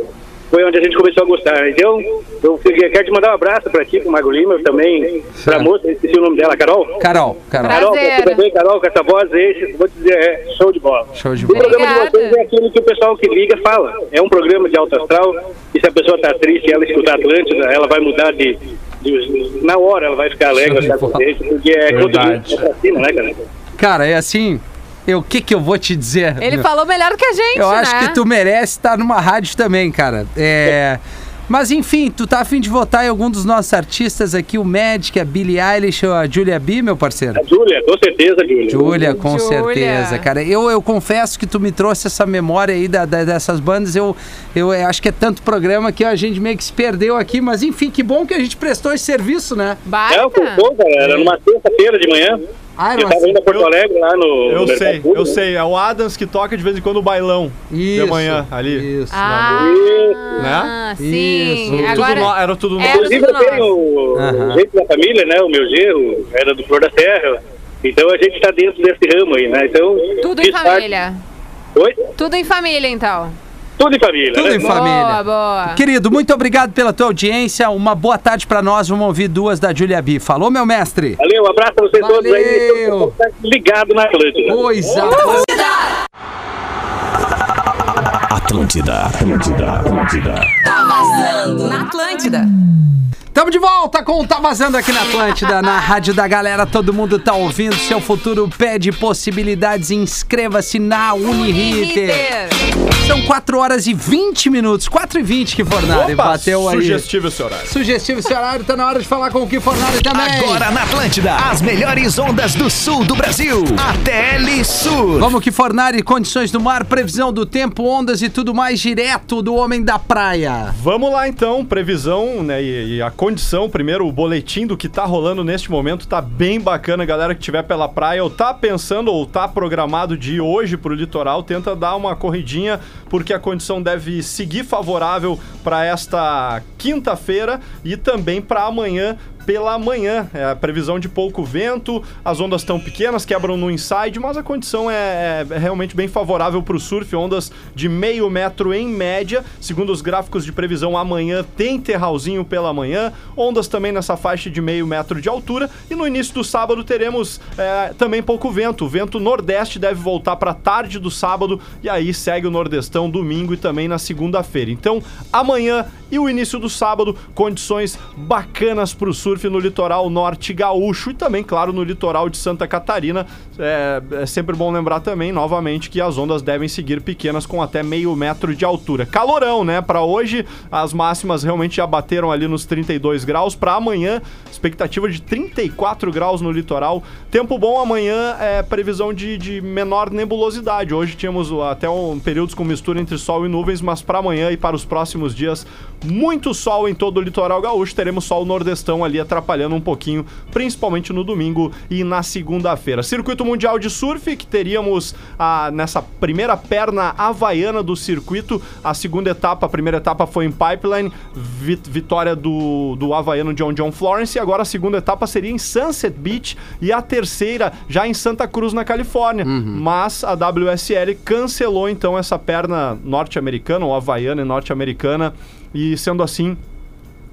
Speaker 8: foi onde a gente começou a gostar. Então, eu queria- quero te mandar um abraço pra ti, pro Mago Lima, também, pra moça, esqueci o nome dela, Carol.
Speaker 4: Carol,
Speaker 5: Pra-
Speaker 4: Carol.
Speaker 8: Carol, tá
Speaker 5: Prazer.
Speaker 8: tudo bem, Carol, com essa voz aí, vou te dizer, é show de bola.
Speaker 4: Show de
Speaker 8: O
Speaker 4: bola.
Speaker 8: programa de
Speaker 5: Obrigada.
Speaker 8: vocês é aquilo que o pessoal que liga fala. É um programa de alto astral, e se a pessoa tá triste e ela escutar Atlântida, ela vai mudar de... de- na hora ela vai ficar alegre, vai
Speaker 4: de
Speaker 8: ficar
Speaker 4: bola.
Speaker 8: contente, porque é
Speaker 6: Verdade.
Speaker 8: conteúdo pra cima, né, cara?
Speaker 4: Cara, é assim, eu- o que que eu vou te dizer?
Speaker 5: Ele
Speaker 4: meu?
Speaker 5: falou melhor do que a gente,
Speaker 4: Eu acho
Speaker 5: né?
Speaker 4: que tu merece estar numa rádio também, cara. É. Mas enfim, tu tá afim de votar em algum dos nossos artistas aqui, o Magic, a Billie Eilish ou a Julia B, meu parceiro?
Speaker 8: A Júlia, com certeza, Júlia.
Speaker 4: Júlia, com
Speaker 5: Júlia.
Speaker 4: certeza, cara. Eu, eu confesso que tu me trouxe essa memória aí da, da- dessas bandas. Eu, eu eh, acho que é tanto programa que a gente meio que se perdeu aqui, mas enfim, que bom que a gente prestou esse serviço, né?
Speaker 8: É,
Speaker 5: Baita.
Speaker 8: Não, com toda, era numa sexta-feira de manhã.
Speaker 4: Iron
Speaker 8: Eu tava indo a Porto Alegre lá no.
Speaker 7: Eu
Speaker 8: no mercado
Speaker 7: sei,
Speaker 8: público,
Speaker 7: eu
Speaker 8: né?
Speaker 7: sei. É o Adams que toca de vez em quando o bailão.
Speaker 4: Isso,
Speaker 7: manhã, ali.
Speaker 4: Isso.
Speaker 7: Né?
Speaker 5: Ah, sim.
Speaker 4: Isso.
Speaker 7: Tudo
Speaker 5: Agora, é
Speaker 7: no- era tudo no...
Speaker 5: era
Speaker 8: Inclusive, eu
Speaker 5: tudo
Speaker 8: tenho
Speaker 5: nosso.
Speaker 8: o-
Speaker 4: Aham.
Speaker 8: o jeito da família, né? O meu genro era do Flor da Serra. Então a gente tá dentro desse ramo aí, né? Então.
Speaker 5: Tudo em
Speaker 8: fiz parte-
Speaker 5: família.
Speaker 8: Oi?
Speaker 5: Tudo em família, então.
Speaker 8: Tudo em família.
Speaker 4: Tudo
Speaker 8: né?
Speaker 4: em família.
Speaker 5: Boa, boa.
Speaker 4: Querido, muito obrigado pela tua audiência. Uma boa tarde pra nós. Vamos ouvir duas da Julia B. Falou, meu mestre?
Speaker 8: Valeu, um abraço pra vocês todos aí.
Speaker 4: Valeu.
Speaker 8: Eu tô- tô Ligado na Atlântida.
Speaker 4: Coisa boa.
Speaker 1: Atlântida, Atlântida, Atlântida.
Speaker 3: Tá Na Atlântida.
Speaker 4: Tamo de volta com o Tá Vazando aqui na Atlântida, na Rádio da Galera. Todo mundo tá ouvindo. Seu futuro pede possibilidades. Inscreva-se na Uniriter.
Speaker 5: Ritter.
Speaker 4: São 4 horas e 20 minutos. 4 e 20 que Fornari
Speaker 7: Opa,
Speaker 4: bateu aí.
Speaker 7: sugestivo esse horário.
Speaker 4: Sugestivo esse horário. Tá na hora de falar com o que Fornari também.
Speaker 2: Agora na Atlântida, as melhores ondas do sul do Brasil. ATL Sul.
Speaker 4: Vamos que Fornari, condições do mar, previsão do tempo, ondas e tudo mais direto do homem da praia.
Speaker 7: Vamos lá então, previsão né, e, e a condição. Primeiro, o boletim do que tá rolando neste momento tá bem bacana. Galera que tiver pela praia ou tá pensando ou tá programado de ir hoje pro litoral, tenta dar uma corridinha, porque a condição deve seguir favorável para esta quinta-feira e também para amanhã. Pela manhã, é a previsão de pouco vento, as ondas tão pequenas, quebram no inside, mas a condição é, é realmente bem favorável para o surf, ondas de meio metro em média. Segundo os gráficos de previsão, amanhã tem terralzinho pela manhã, ondas também nessa faixa de meio metro de altura. E no início do sábado teremos é, também pouco vento. O vento nordeste deve voltar para tarde do sábado e aí segue o nordestão domingo e também na segunda-feira. Então, amanhã e o início do sábado, condições bacanas para o surf no litoral norte gaúcho e também, claro, no litoral de Santa Catarina. É, é sempre bom lembrar também, novamente, que as ondas devem seguir pequenas com até meio metro de altura. Calorão, né? Para hoje, as máximas realmente já bateram ali nos 32 graus. Para amanhã, expectativa de 34 graus no litoral. Tempo bom amanhã, é previsão de, de menor nebulosidade. Hoje tínhamos até um períodos com mistura entre sol e nuvens, mas para amanhã e para os próximos dias, muito sol em todo o litoral gaúcho. Teremos sol nordestão ali atrapalhando um pouquinho, principalmente no domingo e na segunda-feira. Circuito Mundial de Surf, que teríamos a, nessa primeira perna havaiana do circuito, a segunda etapa, a primeira etapa foi em Pipeline, vi- vitória do, do havaiano John John Florence, e agora a segunda etapa seria em Sunset Beach e a terceira já em Santa Cruz, na Califórnia. Mas a WSL cancelou então essa perna norte-americana, ou havaiana e norte-americana, e sendo assim,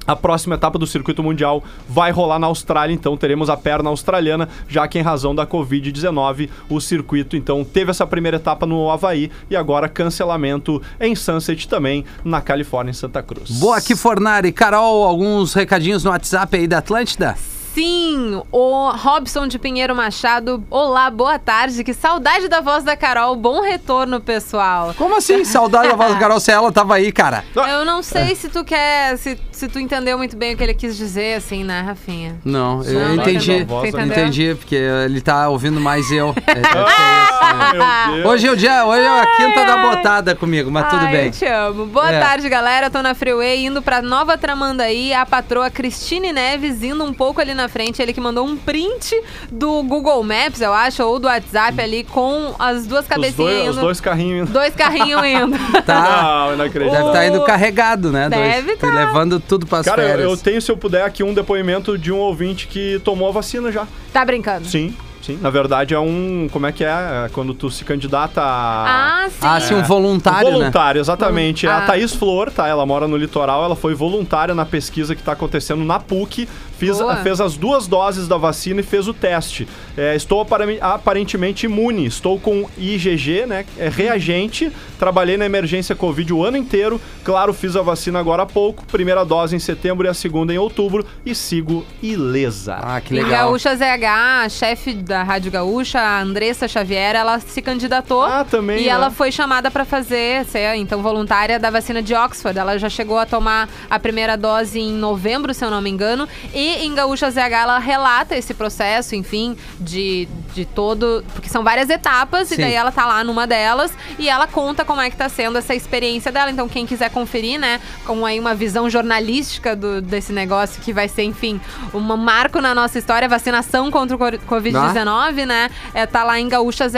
Speaker 7: a próxima etapa do circuito mundial vai rolar na Austrália, então teremos a perna australiana, já que em razão da Covid-19, o circuito então teve essa primeira etapa no Havaí e agora cancelamento em Sunset também na Califórnia, em Santa Cruz.
Speaker 4: Boa aqui, Fornari. Carol, alguns recadinhos no WhatsApp aí da Atlântida?
Speaker 5: Sim, o Robson de Pinheiro Machado. Olá, boa tarde. Que saudade da voz da Carol. Bom retorno, pessoal.
Speaker 4: Como assim? Saudade da voz da Carol se ela tava aí, cara.
Speaker 5: Eu não
Speaker 4: É.
Speaker 5: sei se tu quer, se, se tu entendeu muito bem o que ele quis dizer, assim, né, Rafinha?
Speaker 4: Não, eu
Speaker 5: Saudade
Speaker 4: entendi.
Speaker 7: da voz
Speaker 5: da Carol.
Speaker 4: Entendi, porque ele tá ouvindo mais eu. É, deve ser isso, né?
Speaker 7: Ah, meu Deus.
Speaker 4: Hoje é o dia, hoje é a quinta da
Speaker 5: ai.
Speaker 4: botada comigo, mas Tá tudo
Speaker 5: Ai,
Speaker 4: bem.
Speaker 5: Eu te amo. Boa
Speaker 4: É.
Speaker 5: tarde, galera. Tô na Freeway, indo pra Nova Tramandaí. A patroa Cristine Neves indo um pouco ali na frente. Ele que mandou um print do Google Maps, eu acho, ou do WhatsApp ali, com as duas
Speaker 7: Os
Speaker 5: cabecinhas
Speaker 7: dois,
Speaker 5: indo.
Speaker 7: os dois carrinhos.
Speaker 5: dois carrinhos indo.
Speaker 4: Tá.
Speaker 7: Não, eu não acredito.
Speaker 4: Deve estar tá indo
Speaker 5: O-
Speaker 4: carregado, né?
Speaker 5: Uh, Deve
Speaker 4: dois?
Speaker 5: tá.
Speaker 4: Levando tudo pras
Speaker 7: Cara, eu,
Speaker 4: férias.
Speaker 7: eu tenho, se eu puder, aqui um depoimento de um ouvinte que tomou a vacina já.
Speaker 5: Tá brincando?
Speaker 7: Sim, sim. Na verdade é um... Como é que é? É Quando tu se candidata a...
Speaker 5: Ah, sim.
Speaker 4: Ah, sim, um voluntário, né?
Speaker 7: Voluntário, exatamente.
Speaker 5: Volun-
Speaker 7: A
Speaker 5: Ah.
Speaker 7: Thaís Flor, tá? Ela mora no litoral, ela foi voluntária na pesquisa que tá acontecendo na PUC, fiz,
Speaker 5: Boa.
Speaker 7: fez as duas doses da vacina e fez o teste. É, estou apare- aparentemente imune, estou com IgG, né? É reagente, trabalhei na emergência Covid o ano inteiro, claro, fiz a vacina agora há pouco, primeira dose em setembro e a segunda em outubro, e sigo ilesa.
Speaker 4: Ah, que
Speaker 5: Em
Speaker 4: legal.
Speaker 5: Gaúcha ZH, a chefe da Rádio Gaúcha, a Andressa Xavier, ela se candidatou.
Speaker 7: Ah, também,
Speaker 5: E
Speaker 7: né?
Speaker 5: ela foi chamada para fazer, ser então voluntária da vacina de Oxford. Ela já chegou a tomar a primeira dose em novembro, se eu não me engano. E em Gaúcha ZH, ela relata esse processo, enfim, de De todo. Porque são várias etapas, e
Speaker 4: Sim.
Speaker 5: daí ela tá lá numa delas e ela conta como é que tá sendo essa experiência dela. Então, quem quiser conferir, né? Com aí uma visão jornalística do, desse negócio que vai ser, enfim, um marco na nossa história, vacinação contra o cor- Covid-19, né? É, tá lá em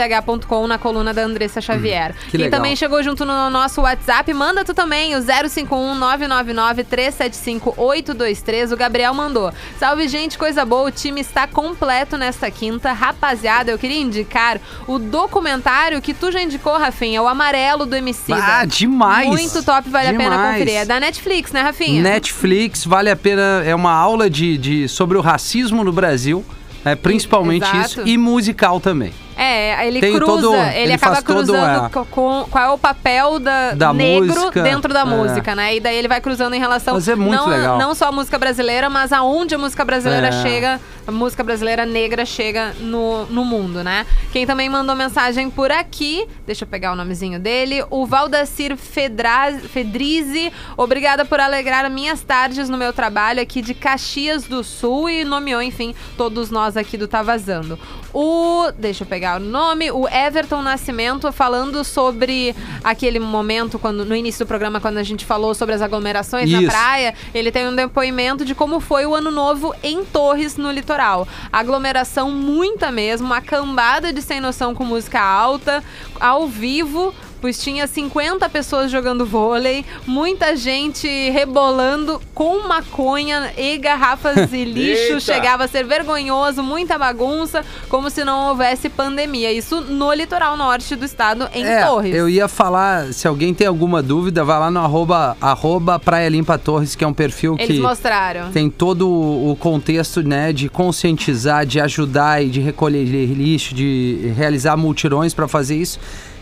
Speaker 5: gaúchazh.com na coluna da Andressa Xavier.
Speaker 4: Hum, que
Speaker 5: Quem
Speaker 4: legal.
Speaker 5: também chegou junto no nosso WhatsApp, manda tu também, o 051 999 375 823. O Gabriel mandou. Salve, gente, coisa boa. O time está completo nesta quinta. Rapaziada, eu queria indicar o documentário que tu já indicou, Rafinha, o amarelo do MC.
Speaker 4: Ah, demais!
Speaker 5: Muito top, vale a pena
Speaker 4: Demais.
Speaker 5: conferir. É da Netflix, né, Rafinha?
Speaker 4: Netflix, vale a pena. É uma aula de, de- sobre o racismo no Brasil, né, principalmente
Speaker 5: Exato.
Speaker 4: isso, e musical também.
Speaker 5: É, ele
Speaker 4: Tem
Speaker 5: cruza,
Speaker 4: todo- um,
Speaker 5: ele,
Speaker 4: ele
Speaker 5: acaba
Speaker 4: faz todo,
Speaker 5: cruzando
Speaker 4: é.
Speaker 5: co- com qual é o papel da,
Speaker 4: Da
Speaker 5: negro
Speaker 4: música,
Speaker 5: dentro da
Speaker 4: é.
Speaker 5: música, né? E daí ele vai cruzando em relação
Speaker 4: Mas é muito
Speaker 5: não, a-
Speaker 4: legal.
Speaker 5: não só a música brasileira, mas aonde a música brasileira
Speaker 4: É.
Speaker 5: chega, a música brasileira negra chega no, no mundo, né? Quem também mandou mensagem por aqui, deixa eu pegar o nomezinho dele, o Valdacir Fedraz, Fedrizi, obrigada por alegrar minhas tardes no meu trabalho aqui de Caxias do Sul e nomeou, enfim, todos nós aqui do Tá Vazando. O, deixa eu pegar o nome, o Everton Nascimento falando sobre aquele momento quando no início do programa quando a gente falou sobre as aglomerações na
Speaker 4: Isso.
Speaker 5: praia praia, ele tem um depoimento de como foi o ano novo em Torres, no litoral. Aglomeração muita mesmo, uma cambada de sem noção com música alta, ao vivo. Pois tinha 50 pessoas jogando vôlei, muita gente rebolando com maconha e garrafas e lixo.
Speaker 7: Eita!
Speaker 5: Chegava a ser vergonhoso, muita bagunça, como se não houvesse pandemia. Isso no litoral norte do estado, em
Speaker 4: é,
Speaker 5: Torres.
Speaker 4: eu ia falar, se alguém tem alguma dúvida, vai lá no arroba, arroba Praia Limpa Torres, que é um perfil
Speaker 5: Eles
Speaker 4: que
Speaker 5: mostraram.
Speaker 4: tem todo o contexto, né, de conscientizar, de ajudar e de recolher lixo, de realizar multirões para fazer isso.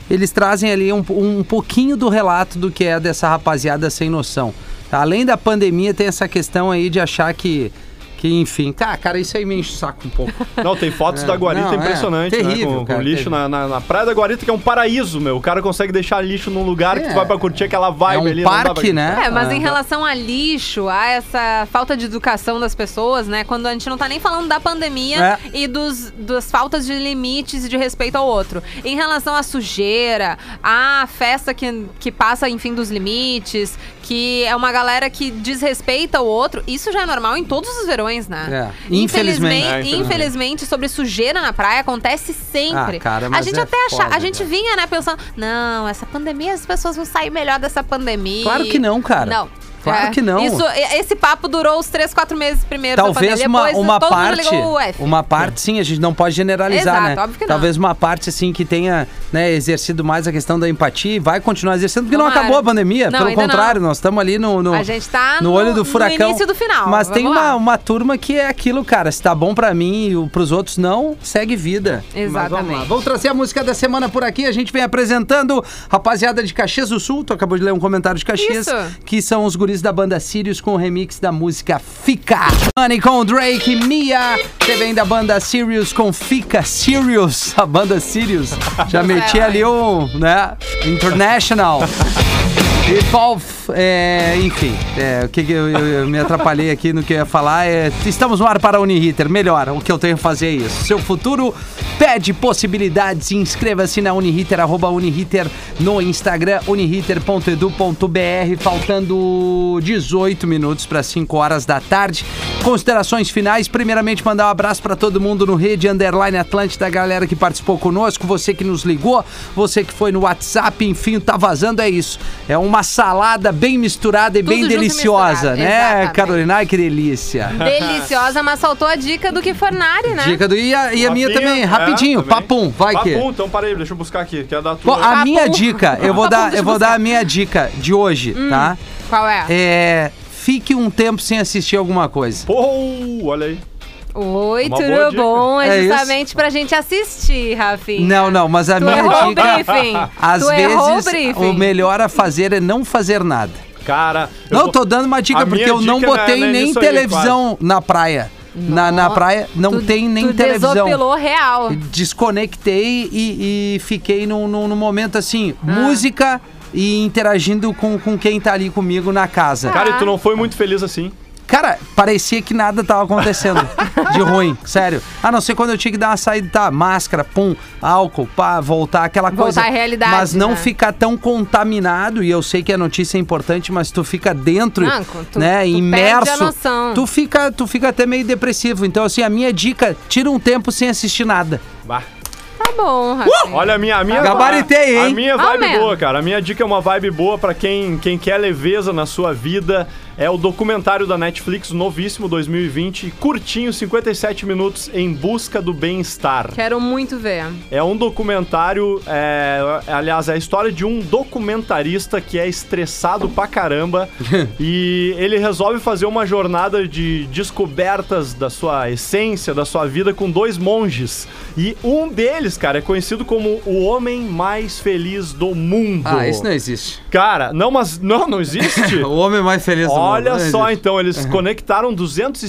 Speaker 4: Eles trazem ali um, um pouquinho do relato do que é dessa rapaziada sem noção. Além da pandemia, tem essa questão aí de achar que, que enfim, tá, cara, isso aí me enche o saco um pouco.
Speaker 7: Não, tem fotos
Speaker 4: É,
Speaker 7: da Guarita
Speaker 4: não, é.
Speaker 7: impressionante,
Speaker 4: Terrível,
Speaker 7: né? Com,
Speaker 4: cara,
Speaker 7: com lixo
Speaker 4: terrível.
Speaker 7: na, na, na praia da Guarita, que é um paraíso, meu. O cara consegue deixar lixo num lugar que
Speaker 4: É.
Speaker 7: tu vai pra curtir aquela
Speaker 4: É
Speaker 7: vibe
Speaker 4: um
Speaker 7: ali. não dá pra-
Speaker 4: parque, né?
Speaker 5: É, mas
Speaker 4: Ah.
Speaker 5: em relação a lixo, a essa falta de educação das pessoas, né? Quando a gente não tá nem falando da
Speaker 4: É.
Speaker 5: pandemia e dos, das faltas de limites e de respeito ao outro. Em relação à sujeira, à festa que, que passa, enfim, dos limites, que é uma galera que desrespeita o outro, isso já é normal em todos os verões, né?
Speaker 4: É. Infelizmente.
Speaker 5: Infelizmente,
Speaker 7: É, infelizmente.
Speaker 5: infelizmente, sobre sujeira na praia acontece sempre.
Speaker 4: Ah, cara, mas
Speaker 5: a gente
Speaker 4: é
Speaker 5: até acha,
Speaker 4: foda,
Speaker 5: a gente
Speaker 4: cara.
Speaker 5: vinha, né, pensando, não, essa pandemia, as pessoas vão sair melhor dessa pandemia.
Speaker 4: Claro que não, cara.
Speaker 5: Não.
Speaker 4: Claro
Speaker 5: É.
Speaker 4: que não.
Speaker 5: Isso- e- esse papo durou os três, quatro meses primeiro. da
Speaker 4: Talvez
Speaker 5: pandemia,
Speaker 4: uma,
Speaker 5: depois
Speaker 4: uma
Speaker 5: todo mundo
Speaker 4: parte.
Speaker 5: ligou o F.
Speaker 4: Uma parte, sim, a gente não pode generalizar,
Speaker 5: Exato,
Speaker 4: né?
Speaker 5: óbvio que não.
Speaker 4: Talvez uma parte, assim, que tenha né, exercido mais a questão da empatia e vai continuar exercendo, porque
Speaker 5: Tomara.
Speaker 4: não acabou a pandemia.
Speaker 5: Não,
Speaker 4: Pelo
Speaker 5: ainda
Speaker 4: contrário, nós estamos ali no, no,
Speaker 5: A gente tá
Speaker 4: no
Speaker 5: no-
Speaker 4: olho
Speaker 5: no
Speaker 4: do furacão.
Speaker 5: início do final,
Speaker 4: Mas
Speaker 5: vamos
Speaker 4: tem uma,
Speaker 5: lá.
Speaker 4: uma turma que é aquilo, cara. Se tá bom pra mim e o- pros outros não, segue vida. Mas vamos lá.
Speaker 5: Exatamente.
Speaker 4: Vamos trazer a música da semana por aqui. A gente vem apresentando Rapaziada de Caxias do Sul. Tu acabou de ler um comentário de Caxias.
Speaker 5: Isso.
Speaker 4: Que são os guris da banda Sirius com o remix da música Fica. Money com o Drake, Mia. Também da banda Sirius com Fica Sirius. A banda Sirius. Já meti ali um, né? International. E Paul, é, enfim, é, o que, que eu, eu- eu me atrapalhei aqui no que eu ia falar é. Estamos no ar para a Uniriter. Melhor, o que eu tenho a fazer é isso. Seu futuro pede possibilidades. Inscreva-se na Uniriter, arroba Uniriter no Instagram, uniriter.edu.br. Faltando 18 minutos para 5 horas da tarde. Considerações finais. Primeiramente, mandar um abraço para todo mundo no Rede Underline Atlântida, a galera que participou conosco, você que nos ligou, você que foi no WhatsApp, enfim, tá vazando, é isso. É uma salada bem misturada e
Speaker 5: Tudo
Speaker 4: bem
Speaker 5: junto e
Speaker 4: deliciosa,
Speaker 5: misturado,
Speaker 4: né,
Speaker 5: exatamente.
Speaker 4: Carolina? Ai, que delícia.
Speaker 5: Deliciosa, mas faltou a dica do que fornari, né?
Speaker 4: Dica do. E a, e a minha também, rapidinho, papum, vai que.
Speaker 7: é,
Speaker 4: ah!
Speaker 7: Papum, então para aí, deixa eu buscar aqui. Quer dar
Speaker 4: Bom,
Speaker 7: tua.
Speaker 4: a minha dica, eu vou
Speaker 5: Papum,
Speaker 4: dar,
Speaker 5: deixa
Speaker 4: eu
Speaker 5: eu
Speaker 4: vou
Speaker 5: buscar. Hum.
Speaker 4: dar a minha dica de hoje, tá?
Speaker 5: Qual é?
Speaker 4: É, fique um tempo sem assistir alguma coisa.
Speaker 7: Pô, olha aí.
Speaker 5: Oi,
Speaker 7: Uma boa
Speaker 5: tudo
Speaker 7: dica.
Speaker 5: bom? É,
Speaker 4: É isso.
Speaker 5: justamente pra gente assistir, Rafinha.
Speaker 4: Não, não, mas a
Speaker 5: Tu
Speaker 4: minha
Speaker 5: errou o
Speaker 4: dica.
Speaker 5: briefing.
Speaker 4: Às
Speaker 5: tu errou o
Speaker 4: vezes,
Speaker 5: briefing.
Speaker 4: o melhor a fazer é não fazer nada.
Speaker 7: Cara. eu
Speaker 4: Não,
Speaker 7: vou-
Speaker 4: tô dando uma dica,
Speaker 7: A
Speaker 4: porque
Speaker 7: minha
Speaker 4: eu não
Speaker 7: dica não é-
Speaker 4: botei
Speaker 7: não é
Speaker 4: nem
Speaker 7: nisso aí,
Speaker 4: televisão na praia. Na, na praia não
Speaker 5: Tu-
Speaker 4: tem nem
Speaker 5: tu
Speaker 4: televisão.
Speaker 5: desopilou real.
Speaker 4: Desconectei e, e fiquei num, num- num momento assim, música e interagindo com, com quem tá ali comigo na casa.
Speaker 7: Cara, e tu não foi muito feliz assim.
Speaker 4: Cara, parecia que nada tava acontecendo. de ruim, sério. A não ser quando eu tinha que dar uma saída, tá, máscara, pum, álcool, pá, voltar aquela
Speaker 5: Voltar
Speaker 4: coisa.
Speaker 5: à realidade,
Speaker 4: Mas não
Speaker 5: né?
Speaker 4: ficar tão contaminado, e eu sei que a notícia é importante, mas tu fica dentro,
Speaker 5: Não, tu-
Speaker 4: né,
Speaker 5: tu perde a
Speaker 4: imerso.
Speaker 5: noção.
Speaker 4: Tu fica, tu fica até meio depressivo. Então assim, a minha dica, tira um tempo sem assistir nada.
Speaker 7: Bah.
Speaker 5: Tá bom, Rafinha.
Speaker 7: Uh! Olha, a minha, a minha
Speaker 4: Gabaritei,
Speaker 7: a,
Speaker 4: hein?
Speaker 7: A minha
Speaker 5: Ao
Speaker 7: vibe
Speaker 5: menos.
Speaker 7: boa, cara. A minha dica é uma vibe boa pra quem, quem quer leveza na sua vida. É o documentário da Netflix, novíssimo 2020, curtinho, 57 minutos, em busca do bem-estar.
Speaker 5: Quero muito ver.
Speaker 7: É um documentário, é, aliás, é a história de um documentarista que é estressado pra caramba e ele resolve fazer uma jornada de descobertas da sua essência, da sua vida com dois monges. E um deles, cara, é conhecido como o homem mais feliz do mundo.
Speaker 4: Ah, isso não existe. É
Speaker 7: Cara, não, mas não, não existe.
Speaker 4: O homem mais feliz do mundo.
Speaker 7: Olha
Speaker 4: Não
Speaker 7: só,
Speaker 4: existe.
Speaker 7: então, eles conectaram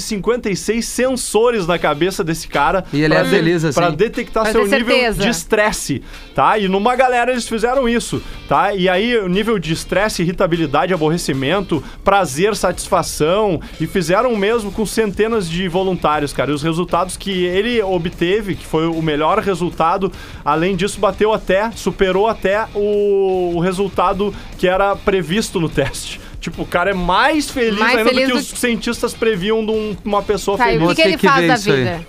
Speaker 7: 256 sensores na cabeça desse cara.
Speaker 4: E ele é
Speaker 7: pra
Speaker 4: feliz assim.
Speaker 7: Pra detectar
Speaker 5: Pra
Speaker 7: seu
Speaker 5: ter
Speaker 7: nível
Speaker 5: certeza.
Speaker 7: de estresse, tá? E numa galera eles fizeram isso, tá? E aí o nível de estresse, irritabilidade, aborrecimento, prazer, satisfação. E fizeram mesmo com centenas de voluntários, cara. E os resultados que ele obteve, que foi o melhor resultado, além disso, bateu até, superou até o, o resultado que era previsto no teste. Tipo, o cara é mais feliz
Speaker 5: Mais
Speaker 7: ainda
Speaker 5: feliz
Speaker 7: do que
Speaker 5: do
Speaker 7: os
Speaker 5: que-
Speaker 7: cientistas previam de um- uma pessoa
Speaker 5: Tá, e o
Speaker 7: feliz.
Speaker 5: que, que
Speaker 4: Você
Speaker 5: ele
Speaker 4: que vê
Speaker 5: faz da
Speaker 4: isso aí.
Speaker 5: vida?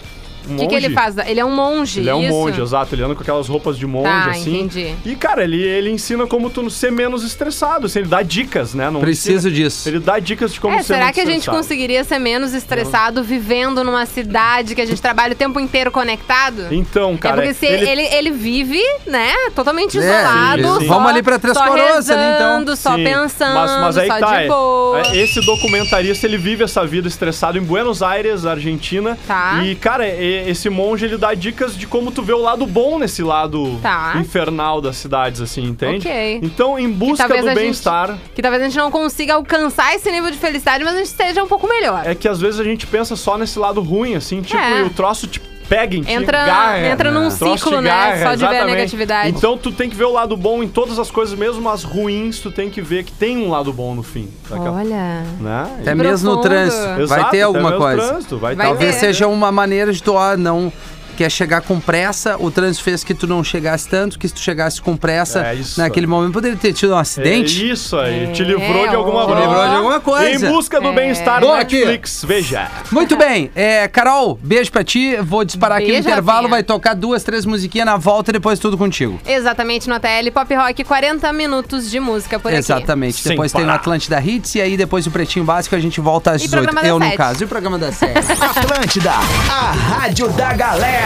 Speaker 7: Um
Speaker 5: O que, que ele
Speaker 7: monge.
Speaker 5: faz? da- Ele é um monge.
Speaker 7: Ele é um
Speaker 5: isso?
Speaker 7: monge, exato. Ele anda com aquelas roupas de monge,
Speaker 5: Tá,
Speaker 7: assim.
Speaker 5: entendi.
Speaker 7: E, cara, ele, ele ensina como tu ser menos estressado. Assim, ele dá dicas, né? Não
Speaker 4: Preciso
Speaker 7: ensina-
Speaker 4: disso.
Speaker 7: Ele dá dicas de como
Speaker 5: é,
Speaker 7: ser
Speaker 5: será
Speaker 7: menos
Speaker 5: que a gente
Speaker 7: estressado.
Speaker 5: conseguiria ser menos estressado vivendo numa cidade que a gente trabalha o tempo inteiro conectado?
Speaker 7: Então,
Speaker 5: é
Speaker 7: cara.
Speaker 5: porque se ele... Ele, vive, né, totalmente
Speaker 4: É,
Speaker 5: isolado.
Speaker 7: sim, sim.
Speaker 5: só-
Speaker 4: Vamos ali pra Três
Speaker 5: só
Speaker 4: Coroas ali, então.
Speaker 5: rezando, Só
Speaker 7: Sim,
Speaker 5: pensando,
Speaker 7: mas, mas aí
Speaker 5: só
Speaker 7: tá,
Speaker 5: de
Speaker 7: é-
Speaker 5: boa.
Speaker 7: é, Esse documentarista, ele vive essa vida estressado em Buenos Aires, Argentina.
Speaker 5: Tá.
Speaker 7: E, cara, e- esse monge, ele dá dicas de como tu vê o lado bom nesse lado
Speaker 5: Tá.
Speaker 7: infernal das cidades, assim, entende?
Speaker 5: Ok.
Speaker 7: Então, em busca
Speaker 5: talvez
Speaker 7: do
Speaker 5: a gente-
Speaker 7: bem-estar,
Speaker 5: Que talvez a gente não consiga alcançar esse nível de felicidade, mas a gente esteja um pouco melhor.
Speaker 7: é que às vezes a gente pensa só nesse lado ruim, assim, tipo,
Speaker 5: É.
Speaker 7: e o troço te pega em ti,
Speaker 5: Entra-
Speaker 7: garra,
Speaker 5: entra num
Speaker 7: o troço
Speaker 5: ciclo,
Speaker 7: te
Speaker 5: né,
Speaker 7: garra,
Speaker 5: só de ver a
Speaker 7: exatamente.
Speaker 5: negatividade.
Speaker 7: Então tu tem que ver o lado bom em todas as coisas, mesmo as ruins, tu tem que ver que tem um lado bom no fim. saca?
Speaker 5: Olha.
Speaker 7: Né?
Speaker 4: Até É mesmo no
Speaker 5: Profundo.
Speaker 4: trânsito.
Speaker 7: Exato,
Speaker 4: vai ter
Speaker 7: até
Speaker 4: alguma
Speaker 7: mesmo
Speaker 4: coisa.
Speaker 7: trânsito, vai
Speaker 5: Vai
Speaker 7: ter.
Speaker 5: ter.
Speaker 4: Talvez seja uma maneira de tu, ó, não quer chegar com pressa, o trânsito fez que tu não chegasse tanto, que se tu chegasse com pressa
Speaker 7: É isso.
Speaker 4: naquele momento poderia ter tido um
Speaker 7: É
Speaker 4: acidente.
Speaker 7: isso aí, te livrou de alguma
Speaker 5: É, ó. É.
Speaker 7: coisa.
Speaker 5: Te livrou
Speaker 4: de alguma coisa.
Speaker 7: Em busca do bem-estar
Speaker 4: Boa,
Speaker 7: Netflix, veja.
Speaker 4: Muito bem, é, Carol, beijo pra ti, vou disparar aqui
Speaker 5: Beijo,
Speaker 4: no intervalo,
Speaker 5: Rafinha.
Speaker 4: vai tocar duas, três musiquinhas na volta e depois tudo contigo.
Speaker 5: Exatamente, no ATL Pop Rock, 40 minutos de música por aqui.
Speaker 4: Exatamente.
Speaker 7: Sem
Speaker 4: depois tem o
Speaker 7: parar.
Speaker 4: Atlântida Hits e aí depois o Pretinho Básico a gente volta às
Speaker 5: E programa
Speaker 4: 18.
Speaker 5: das
Speaker 4: Eu, no
Speaker 5: sete.
Speaker 4: caso. E o programa da série.
Speaker 2: Atlântida, a rádio da galera.